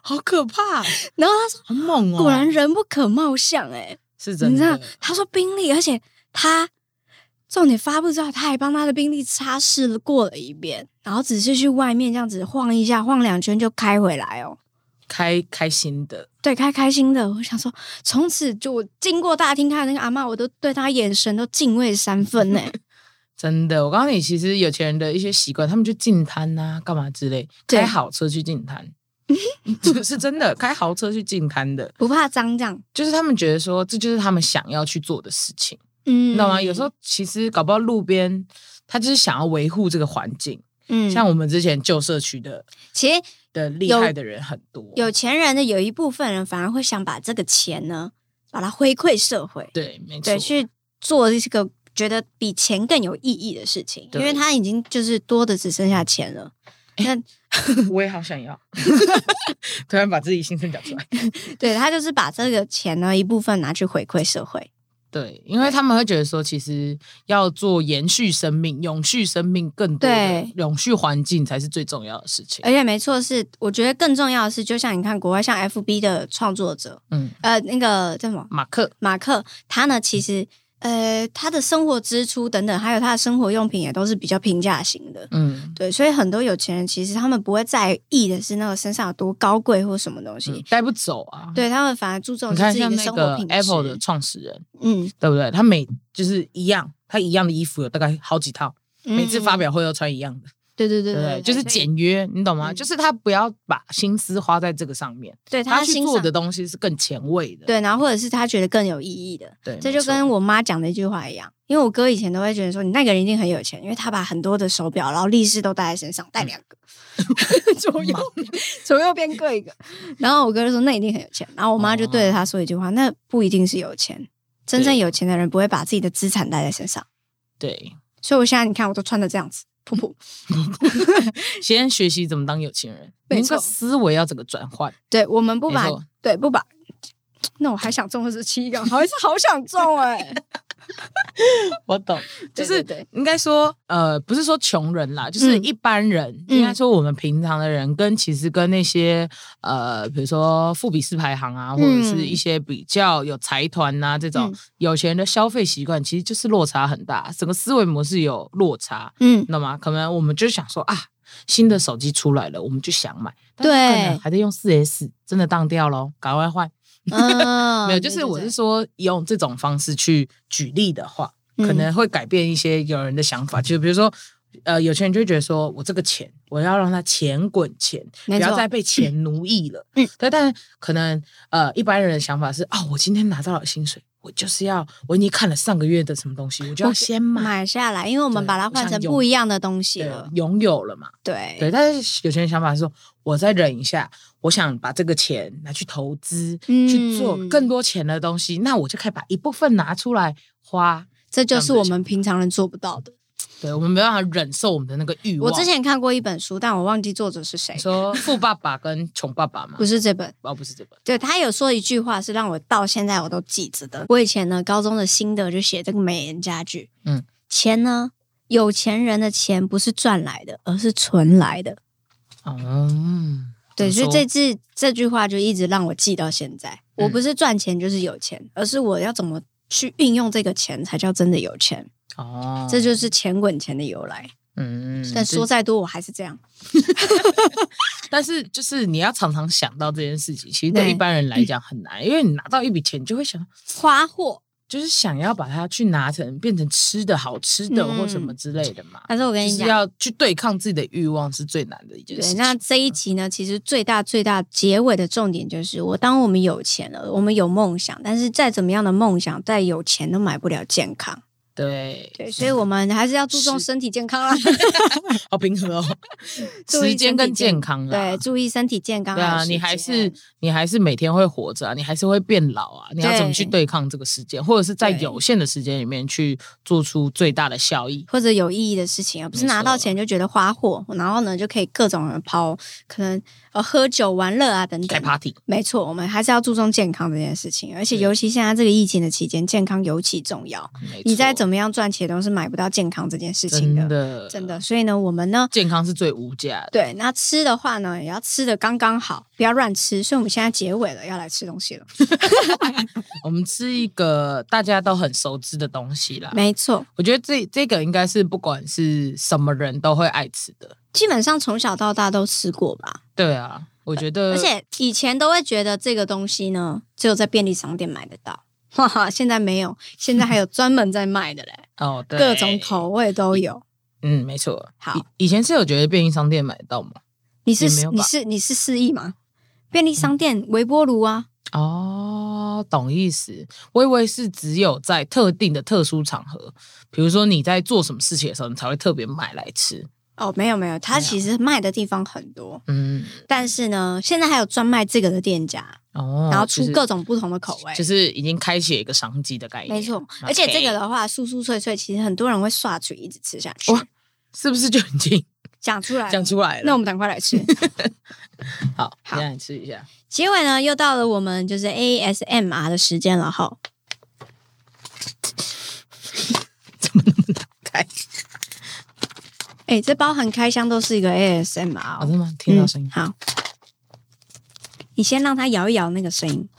Speaker 2: 好可怕，
Speaker 3: 利，然后他说
Speaker 2: 很猛哦，
Speaker 3: 果然人不可貌相哎、
Speaker 2: 是
Speaker 3: 你
Speaker 2: 真
Speaker 3: 知道
Speaker 2: 的，，
Speaker 3: 他说宾利，而且他重点发布之后，他还帮他的宾利擦拭了过了一遍，然后只是去外面这样子晃一下，晃两圈就开回来哦。
Speaker 2: 开开心的，
Speaker 3: 对，开开心的。我想说，从此就我经过大厅看那个阿嬷，我都对她眼神都敬畏三
Speaker 2: [laughs]
Speaker 3: 分呢。
Speaker 2: 真的，我告诉你，其实有钱人的一些习惯，他们去进摊呐、干嘛之类，
Speaker 3: 对
Speaker 2: 开好车去进摊， [laughs] 这是真的，开豪车去进摊的，
Speaker 3: 不怕脏这样，
Speaker 2: 就是他们觉得说这就是他们想要去做的事情，
Speaker 3: 嗯，
Speaker 2: 你懂吗？有时候其实搞不好路边，他就是想要维护这个环境，
Speaker 3: 嗯，
Speaker 2: 像我们之前旧社区的
Speaker 3: 其实
Speaker 2: 的厉害的人很多，
Speaker 3: 有钱人的有一部分人反而会想把这个钱呢，把它回馈社会。
Speaker 2: 对，没错
Speaker 3: 对，，去做这个觉得比钱更有意义的事情，因
Speaker 2: 对
Speaker 3: 为他已经就是多的只剩下
Speaker 2: [laughs]
Speaker 3: 钱了。那
Speaker 2: 我也好想 [laughs] 要，突然把自己心声讲出来，
Speaker 3: 对他就是把这个钱呢一部分拿去回馈社会。
Speaker 2: 对，因为他们会觉得说，其实要做延续生命、永续生命更多的
Speaker 3: 对哎
Speaker 2: 永续环境才是最重要的事情
Speaker 3: 而。且没错是，我觉得更重要的是，就像你看国外像 FB 的创作者，
Speaker 2: 嗯，
Speaker 3: 呃，那个叫什么
Speaker 2: 马克，
Speaker 3: 马克，他呢其实呃他的生活支出等等，还有他的生活用品也都是比较平价型的。
Speaker 2: 嗯，
Speaker 3: 对，所以很多有钱人其实他们不会在意的是那个身上有多高贵或什么东西，
Speaker 2: 嗯带不走啊。，
Speaker 3: 对他们反而注重
Speaker 2: 你
Speaker 3: 是
Speaker 2: 看
Speaker 3: 自己
Speaker 2: 像
Speaker 3: 的
Speaker 2: 那
Speaker 3: 生
Speaker 2: 个
Speaker 3: 活品质。
Speaker 2: Apple 的创始人，
Speaker 3: 嗯，
Speaker 2: 对不对？他每就是一样，他一样的衣服有大概好几套，
Speaker 3: 嗯
Speaker 2: 每次发，表会都穿一样的，
Speaker 3: 对对对
Speaker 2: 对不对？
Speaker 3: 对，
Speaker 2: 就是
Speaker 3: 所以，
Speaker 2: 简约，你懂吗？
Speaker 3: 嗯
Speaker 2: 就是他不要把心思花在这个上面，
Speaker 3: 对
Speaker 2: 他
Speaker 3: 他
Speaker 2: 去
Speaker 3: 欣
Speaker 2: 做
Speaker 3: 赏
Speaker 2: 的东西是更前卫的。
Speaker 3: 对，然后或者是他觉得更有意义的，
Speaker 2: 对，
Speaker 3: 这
Speaker 2: 没
Speaker 3: 就
Speaker 2: 错
Speaker 3: 跟我妈讲的一句话一样。因为我哥以前都会觉得说，你那个人一定很有钱，因为他把很多的手表，然后力士都带在身上，带两个，
Speaker 2: 嗯
Speaker 3: [laughs] 左右边左右边各一个。然后我哥就说，那一定很有钱。然后我妈就对着他说一句话，那不一定是有钱，真正
Speaker 2: 哦对
Speaker 3: 有钱的人不会把自己的资产带在身上。
Speaker 2: 对，
Speaker 3: 所以我现在你看，我都穿的这样子，
Speaker 2: [laughs]
Speaker 3: 噗噗。
Speaker 2: 先学习怎么当有钱人，
Speaker 3: 没
Speaker 2: 你那个
Speaker 3: 错
Speaker 2: 思维要整个转换。
Speaker 3: 对，我们不
Speaker 2: 没
Speaker 3: 把
Speaker 2: 错
Speaker 3: 对不把。那我还想中二十七个，好意思，好想中哎、
Speaker 2: [laughs] [laughs] 我懂，就
Speaker 3: 对
Speaker 2: 是
Speaker 3: 对对
Speaker 2: 应该说，呃，不是说穷人啦，就是
Speaker 3: 嗯
Speaker 2: 一般人，
Speaker 3: 嗯
Speaker 2: 应该说我们平常的人，跟其实跟那些呃，比如说富比士排行啊，或者是一些比较有财团呐、这种
Speaker 3: 嗯
Speaker 2: 有钱人的消费习惯，其实就是落差很大，整个思维模式有落差，
Speaker 3: 嗯，
Speaker 2: 你懂吗？可能我们就想说啊。新的手机出来了，我们就想买，但是
Speaker 3: 对
Speaker 2: 可能还在用四 S，真的当掉喽，赶快换。[laughs]
Speaker 3: 嗯
Speaker 2: 没有，就是我是说用这种方式去举例的话，
Speaker 3: 嗯
Speaker 2: 可能会改变一些有人的想法，就比如说。呃，有钱人就会觉得说，我这个钱，我要让它钱滚钱，不
Speaker 3: 没
Speaker 2: 要
Speaker 3: 错
Speaker 2: 再，被钱奴役了。
Speaker 3: 嗯，
Speaker 2: 对，但可能呃，一般人的想法是，哦，我今天拿到了薪水，我就是要，我已经看了上个月的什么东西，我就要
Speaker 3: 我
Speaker 2: 先买，
Speaker 3: 买下来，因为我们
Speaker 2: 对
Speaker 3: 把它
Speaker 2: 我想
Speaker 3: 换成
Speaker 2: 用
Speaker 3: 不一样的东西
Speaker 2: 对
Speaker 3: 了，。
Speaker 2: 拥有了嘛。
Speaker 3: 对，
Speaker 2: 对，但是有些人想法是说，我再忍一下，我想把这个钱拿去投资，
Speaker 3: 嗯
Speaker 2: 去做更多钱的东西，那我就可以把一部分拿出来花。
Speaker 3: 这就
Speaker 2: 样
Speaker 3: 是
Speaker 2: 子的
Speaker 3: 我们平常人做不到的。
Speaker 2: 对我们没办法忍受我们的那个欲望。
Speaker 3: 我之前看过一本书，但我忘记作者是谁
Speaker 2: 你，说富爸爸跟穷爸爸嘛
Speaker 3: 不，是这本。
Speaker 2: 哦，不是这本，
Speaker 3: 对他有说一句话是让我到现在我都记着的。我以前呢，高中的心得就写这个美人家具，
Speaker 2: 嗯，
Speaker 3: 钱呢，有钱人的钱不是赚来的，而是存来的。
Speaker 2: 哦，嗯
Speaker 3: 对，
Speaker 2: 怎
Speaker 3: 所以
Speaker 2: 么
Speaker 3: 这
Speaker 2: 说
Speaker 3: 次这句话就一直让我记到现在。
Speaker 2: 嗯
Speaker 3: 我不是赚钱就是有钱，而是我要怎么去运用这个钱才叫真的有钱，
Speaker 2: 哦，
Speaker 3: 这就是钱滚钱的由来。
Speaker 2: 嗯，
Speaker 3: 但
Speaker 2: 这
Speaker 3: 说再多，我还是这样。
Speaker 2: 但是就是你要常常想到这件事情，其实对
Speaker 3: 对嗯
Speaker 2: 一般人来讲很难，因为你拿到一笔钱，你就会想，
Speaker 3: 花货，
Speaker 2: 就是想要把它去拿成变成吃的好吃的
Speaker 3: 嗯
Speaker 2: 或什么之类的嘛。
Speaker 3: 但是我跟
Speaker 2: 就是
Speaker 3: 你讲，
Speaker 2: 要去对抗自己的欲望是最难的一件事
Speaker 3: 哎对，
Speaker 2: 情。
Speaker 3: 那这一集呢，其实最大最大结尾的重点就是，我当我们有钱了，我们有梦想，但是再怎么样的梦想，再有钱都买不了健康。
Speaker 2: 对
Speaker 3: 对，所以我们还是要注重
Speaker 2: 是
Speaker 3: 身体健康啦。
Speaker 2: 好平衡哦，
Speaker 3: [laughs] 注意
Speaker 2: 时间跟
Speaker 3: 身体健
Speaker 2: 健康啦
Speaker 3: 对，注意身体健康。
Speaker 2: 对啊，
Speaker 3: 有时
Speaker 2: 你还
Speaker 3: 间
Speaker 2: 是你还是每天会活着啊，你还是会变老啊，你要怎么去
Speaker 3: 对
Speaker 2: 对抗这个时间，或者是在
Speaker 3: 对
Speaker 2: 有限的时间里面去做出最大的效益？
Speaker 3: 或者有意义的事情，而啊不是
Speaker 2: 没错
Speaker 3: 拿到钱就觉得花货，然后呢就可以各种人抛，可能呃喝酒玩乐啊等
Speaker 2: 开
Speaker 3: 等。
Speaker 2: party，
Speaker 3: 没错，我们还是要注重健康这件事情，而且
Speaker 2: 对
Speaker 3: 尤其现在这个疫情的期间，健康尤其重要。
Speaker 2: 没
Speaker 3: 你再
Speaker 2: 错
Speaker 3: 怎么样赚钱都是买不到健康这件事情
Speaker 2: 真
Speaker 3: 的，
Speaker 2: 的
Speaker 3: 真的。所以呢，我们呢，
Speaker 2: 健康是最无价的。
Speaker 3: 对那吃的话呢，也要吃的刚刚好，不要乱吃。所以我们现在结尾了，要来吃东西了。
Speaker 2: 我们吃一个大家都很熟知的东西啦。
Speaker 3: 没错，
Speaker 2: 我觉得这这个应该是不管是什么人都会爱吃的。
Speaker 3: 基本上从小到大都吃过吧，
Speaker 2: 对啊，我觉得，
Speaker 3: 而且以前都会觉得这个东西呢，只有在便利商店买得到。 [laughs] 哈哈，现在没有，现在还有专门在卖的嘞，
Speaker 2: 哦，对
Speaker 3: 各种口味都有。
Speaker 2: 嗯，没错。
Speaker 3: 好
Speaker 2: 以以前是有觉得便利商店买得到吗？
Speaker 3: 你是
Speaker 2: 也没有吧
Speaker 3: 你是你是示意吗？便利商店、微波炉啊，
Speaker 2: 哦，懂意思。我以为是只有在特定的特殊场合，比如说你在做什么事情的时候，你才会特别买来吃。
Speaker 3: 哦，没有没有，它
Speaker 2: 没有
Speaker 3: 其实卖的地方很多。
Speaker 2: 嗯，
Speaker 3: 但是呢，现在还有专卖这个的店家，
Speaker 2: 哦，
Speaker 3: 然后出
Speaker 2: 就是
Speaker 3: 各种不同的口味。
Speaker 2: 就是已经开启了一个商机的概念。
Speaker 3: 没错，
Speaker 2: OK
Speaker 3: 而且这个的话，酥酥脆脆，其实很多人会刷嘴一直吃下去。
Speaker 2: 哇是不是就已经
Speaker 3: 哦讲出来，
Speaker 2: 讲出来了？
Speaker 3: 那我们赶快来 [laughs] 吃。
Speaker 2: 好，
Speaker 3: 好
Speaker 2: 现在吃一下。
Speaker 3: 结尾呢，又到了我们就是 ASMR 的时间了 [laughs] 哈。
Speaker 2: 开，
Speaker 3: 哎，这包含开箱都是一个 ASMR，、
Speaker 2: 好
Speaker 3: 哦、
Speaker 2: 的吗？听到声音
Speaker 3: 嗯。好，你先让它摇一摇那个声音。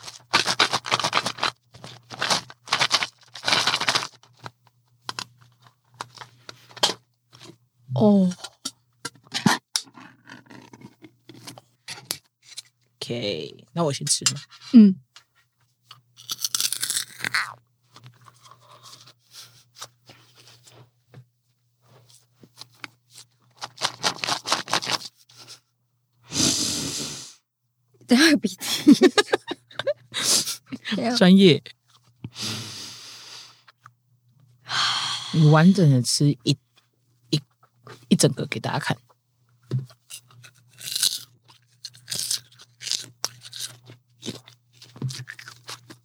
Speaker 2: 哦。OK，那我先吃嘛。
Speaker 3: 嗯，等一下有鼻涕。对啊
Speaker 2: 专业。你完整的吃一一一整个给大家看。我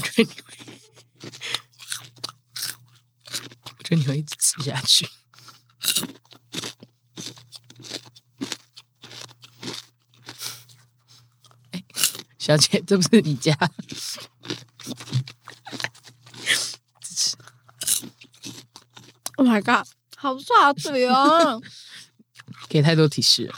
Speaker 2: 觉得你会，我觉得你会一直吃下去。小姐，这不是你家？
Speaker 3: [laughs] Oh my god，好下嘴哦！
Speaker 2: 给太多提示 [laughs] 了。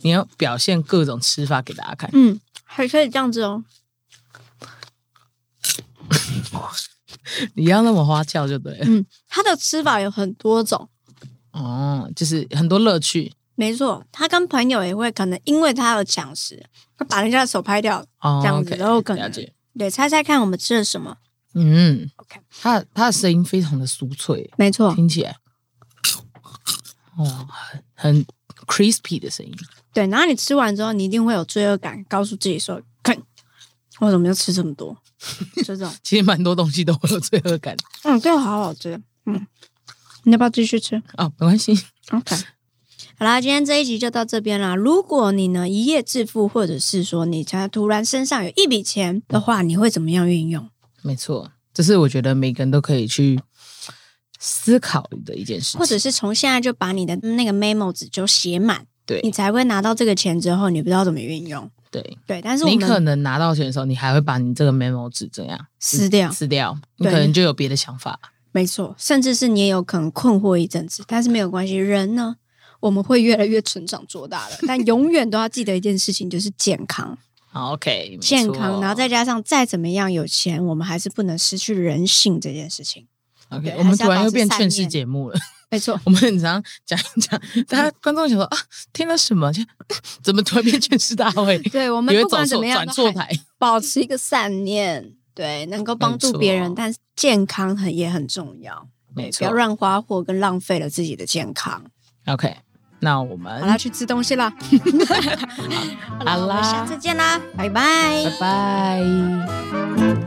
Speaker 2: 你要表现各种吃法给大家看，
Speaker 3: [laughs] 嗯，还可以这样子哦。
Speaker 2: 你要那么花俏就对了。
Speaker 3: 嗯，它的吃法有很多种，嗯
Speaker 2: 哦，就是很多乐趣
Speaker 3: 没错。他跟朋友也会可能因为他有抢食，会把人家的手拍掉，
Speaker 2: 哦，
Speaker 3: 这样子
Speaker 2: OK，
Speaker 3: 都有可能
Speaker 2: 了解。
Speaker 3: 对，猜猜看我们吃了什么
Speaker 2: 嗯
Speaker 3: OK
Speaker 2: 它它的声音非常的酥脆，
Speaker 3: 没错，
Speaker 2: 听起来，哦，很很 crispy 的声音。
Speaker 3: 对。然后你吃完之后，你一定会有罪恶感，告诉自己说：“看， [laughs] 我怎么就吃这么多？”就这种，
Speaker 2: 其实蛮多东西都会有罪恶感
Speaker 3: [laughs] 嗯，这个好好吃，嗯。你要不要继续吃
Speaker 2: 啊、哦，没关系。
Speaker 3: ？OK。好啦，今天这一集就到这边啦。如果你呢一夜致富，或者是说你家突然身上有一笔钱的话，你会怎么样运用？
Speaker 2: 没错，这是我觉得每个人都可以去思考的一件事情，
Speaker 3: 或者是从现在就把你的那个 memo 纸就写满，
Speaker 2: 对
Speaker 3: 你才会拿到这个钱之后，你不知道怎么运用。
Speaker 2: 对。
Speaker 3: 对，但是我
Speaker 2: 你可
Speaker 3: 们
Speaker 2: 能拿到钱的时候，你还会把你这个 memo 纸怎样
Speaker 3: 撕掉，
Speaker 2: 撕掉，你
Speaker 3: 对
Speaker 2: 可能就有别的想法。
Speaker 3: 没错，甚至是你也有可能困惑一阵子，但是没有关系，人呢，我们会越来越成长做
Speaker 2: [laughs]
Speaker 3: 大的，但永远都要记得一件事情，就是健康，
Speaker 2: 好，OK，没错
Speaker 3: 健康，然后再加上再怎么样有钱，我们还是不能失去人性这件事情。
Speaker 2: OK，
Speaker 3: 对
Speaker 2: 我们
Speaker 3: 还是要
Speaker 2: 突然
Speaker 3: 保
Speaker 2: 又
Speaker 3: 持
Speaker 2: 变
Speaker 3: 善
Speaker 2: 劝世
Speaker 3: 念
Speaker 2: 节目了。
Speaker 3: 没错，
Speaker 2: 我们很常讲一讲，大家观众想说啊，听了什么？就怎么突然变劝世大会？
Speaker 3: [laughs] 对 [laughs] 我们
Speaker 2: 以为
Speaker 3: 不管
Speaker 2: 走
Speaker 3: 怎
Speaker 2: 错
Speaker 3: 么样
Speaker 2: 转
Speaker 3: 都
Speaker 2: 错
Speaker 3: 还
Speaker 2: 台，
Speaker 3: 保持一个善念，对，能够帮助
Speaker 2: 没错
Speaker 3: 别人，但是健康很也很重要，
Speaker 2: 没
Speaker 3: 不
Speaker 2: 错
Speaker 3: 要。乱花货跟浪费了自己的健康。
Speaker 2: OK，那我
Speaker 3: 好
Speaker 2: 们
Speaker 3: 啦，去吃东西啦，
Speaker 2: 好
Speaker 3: 我们下
Speaker 2: 啦
Speaker 3: 次，见啦，拜拜
Speaker 2: 拜拜。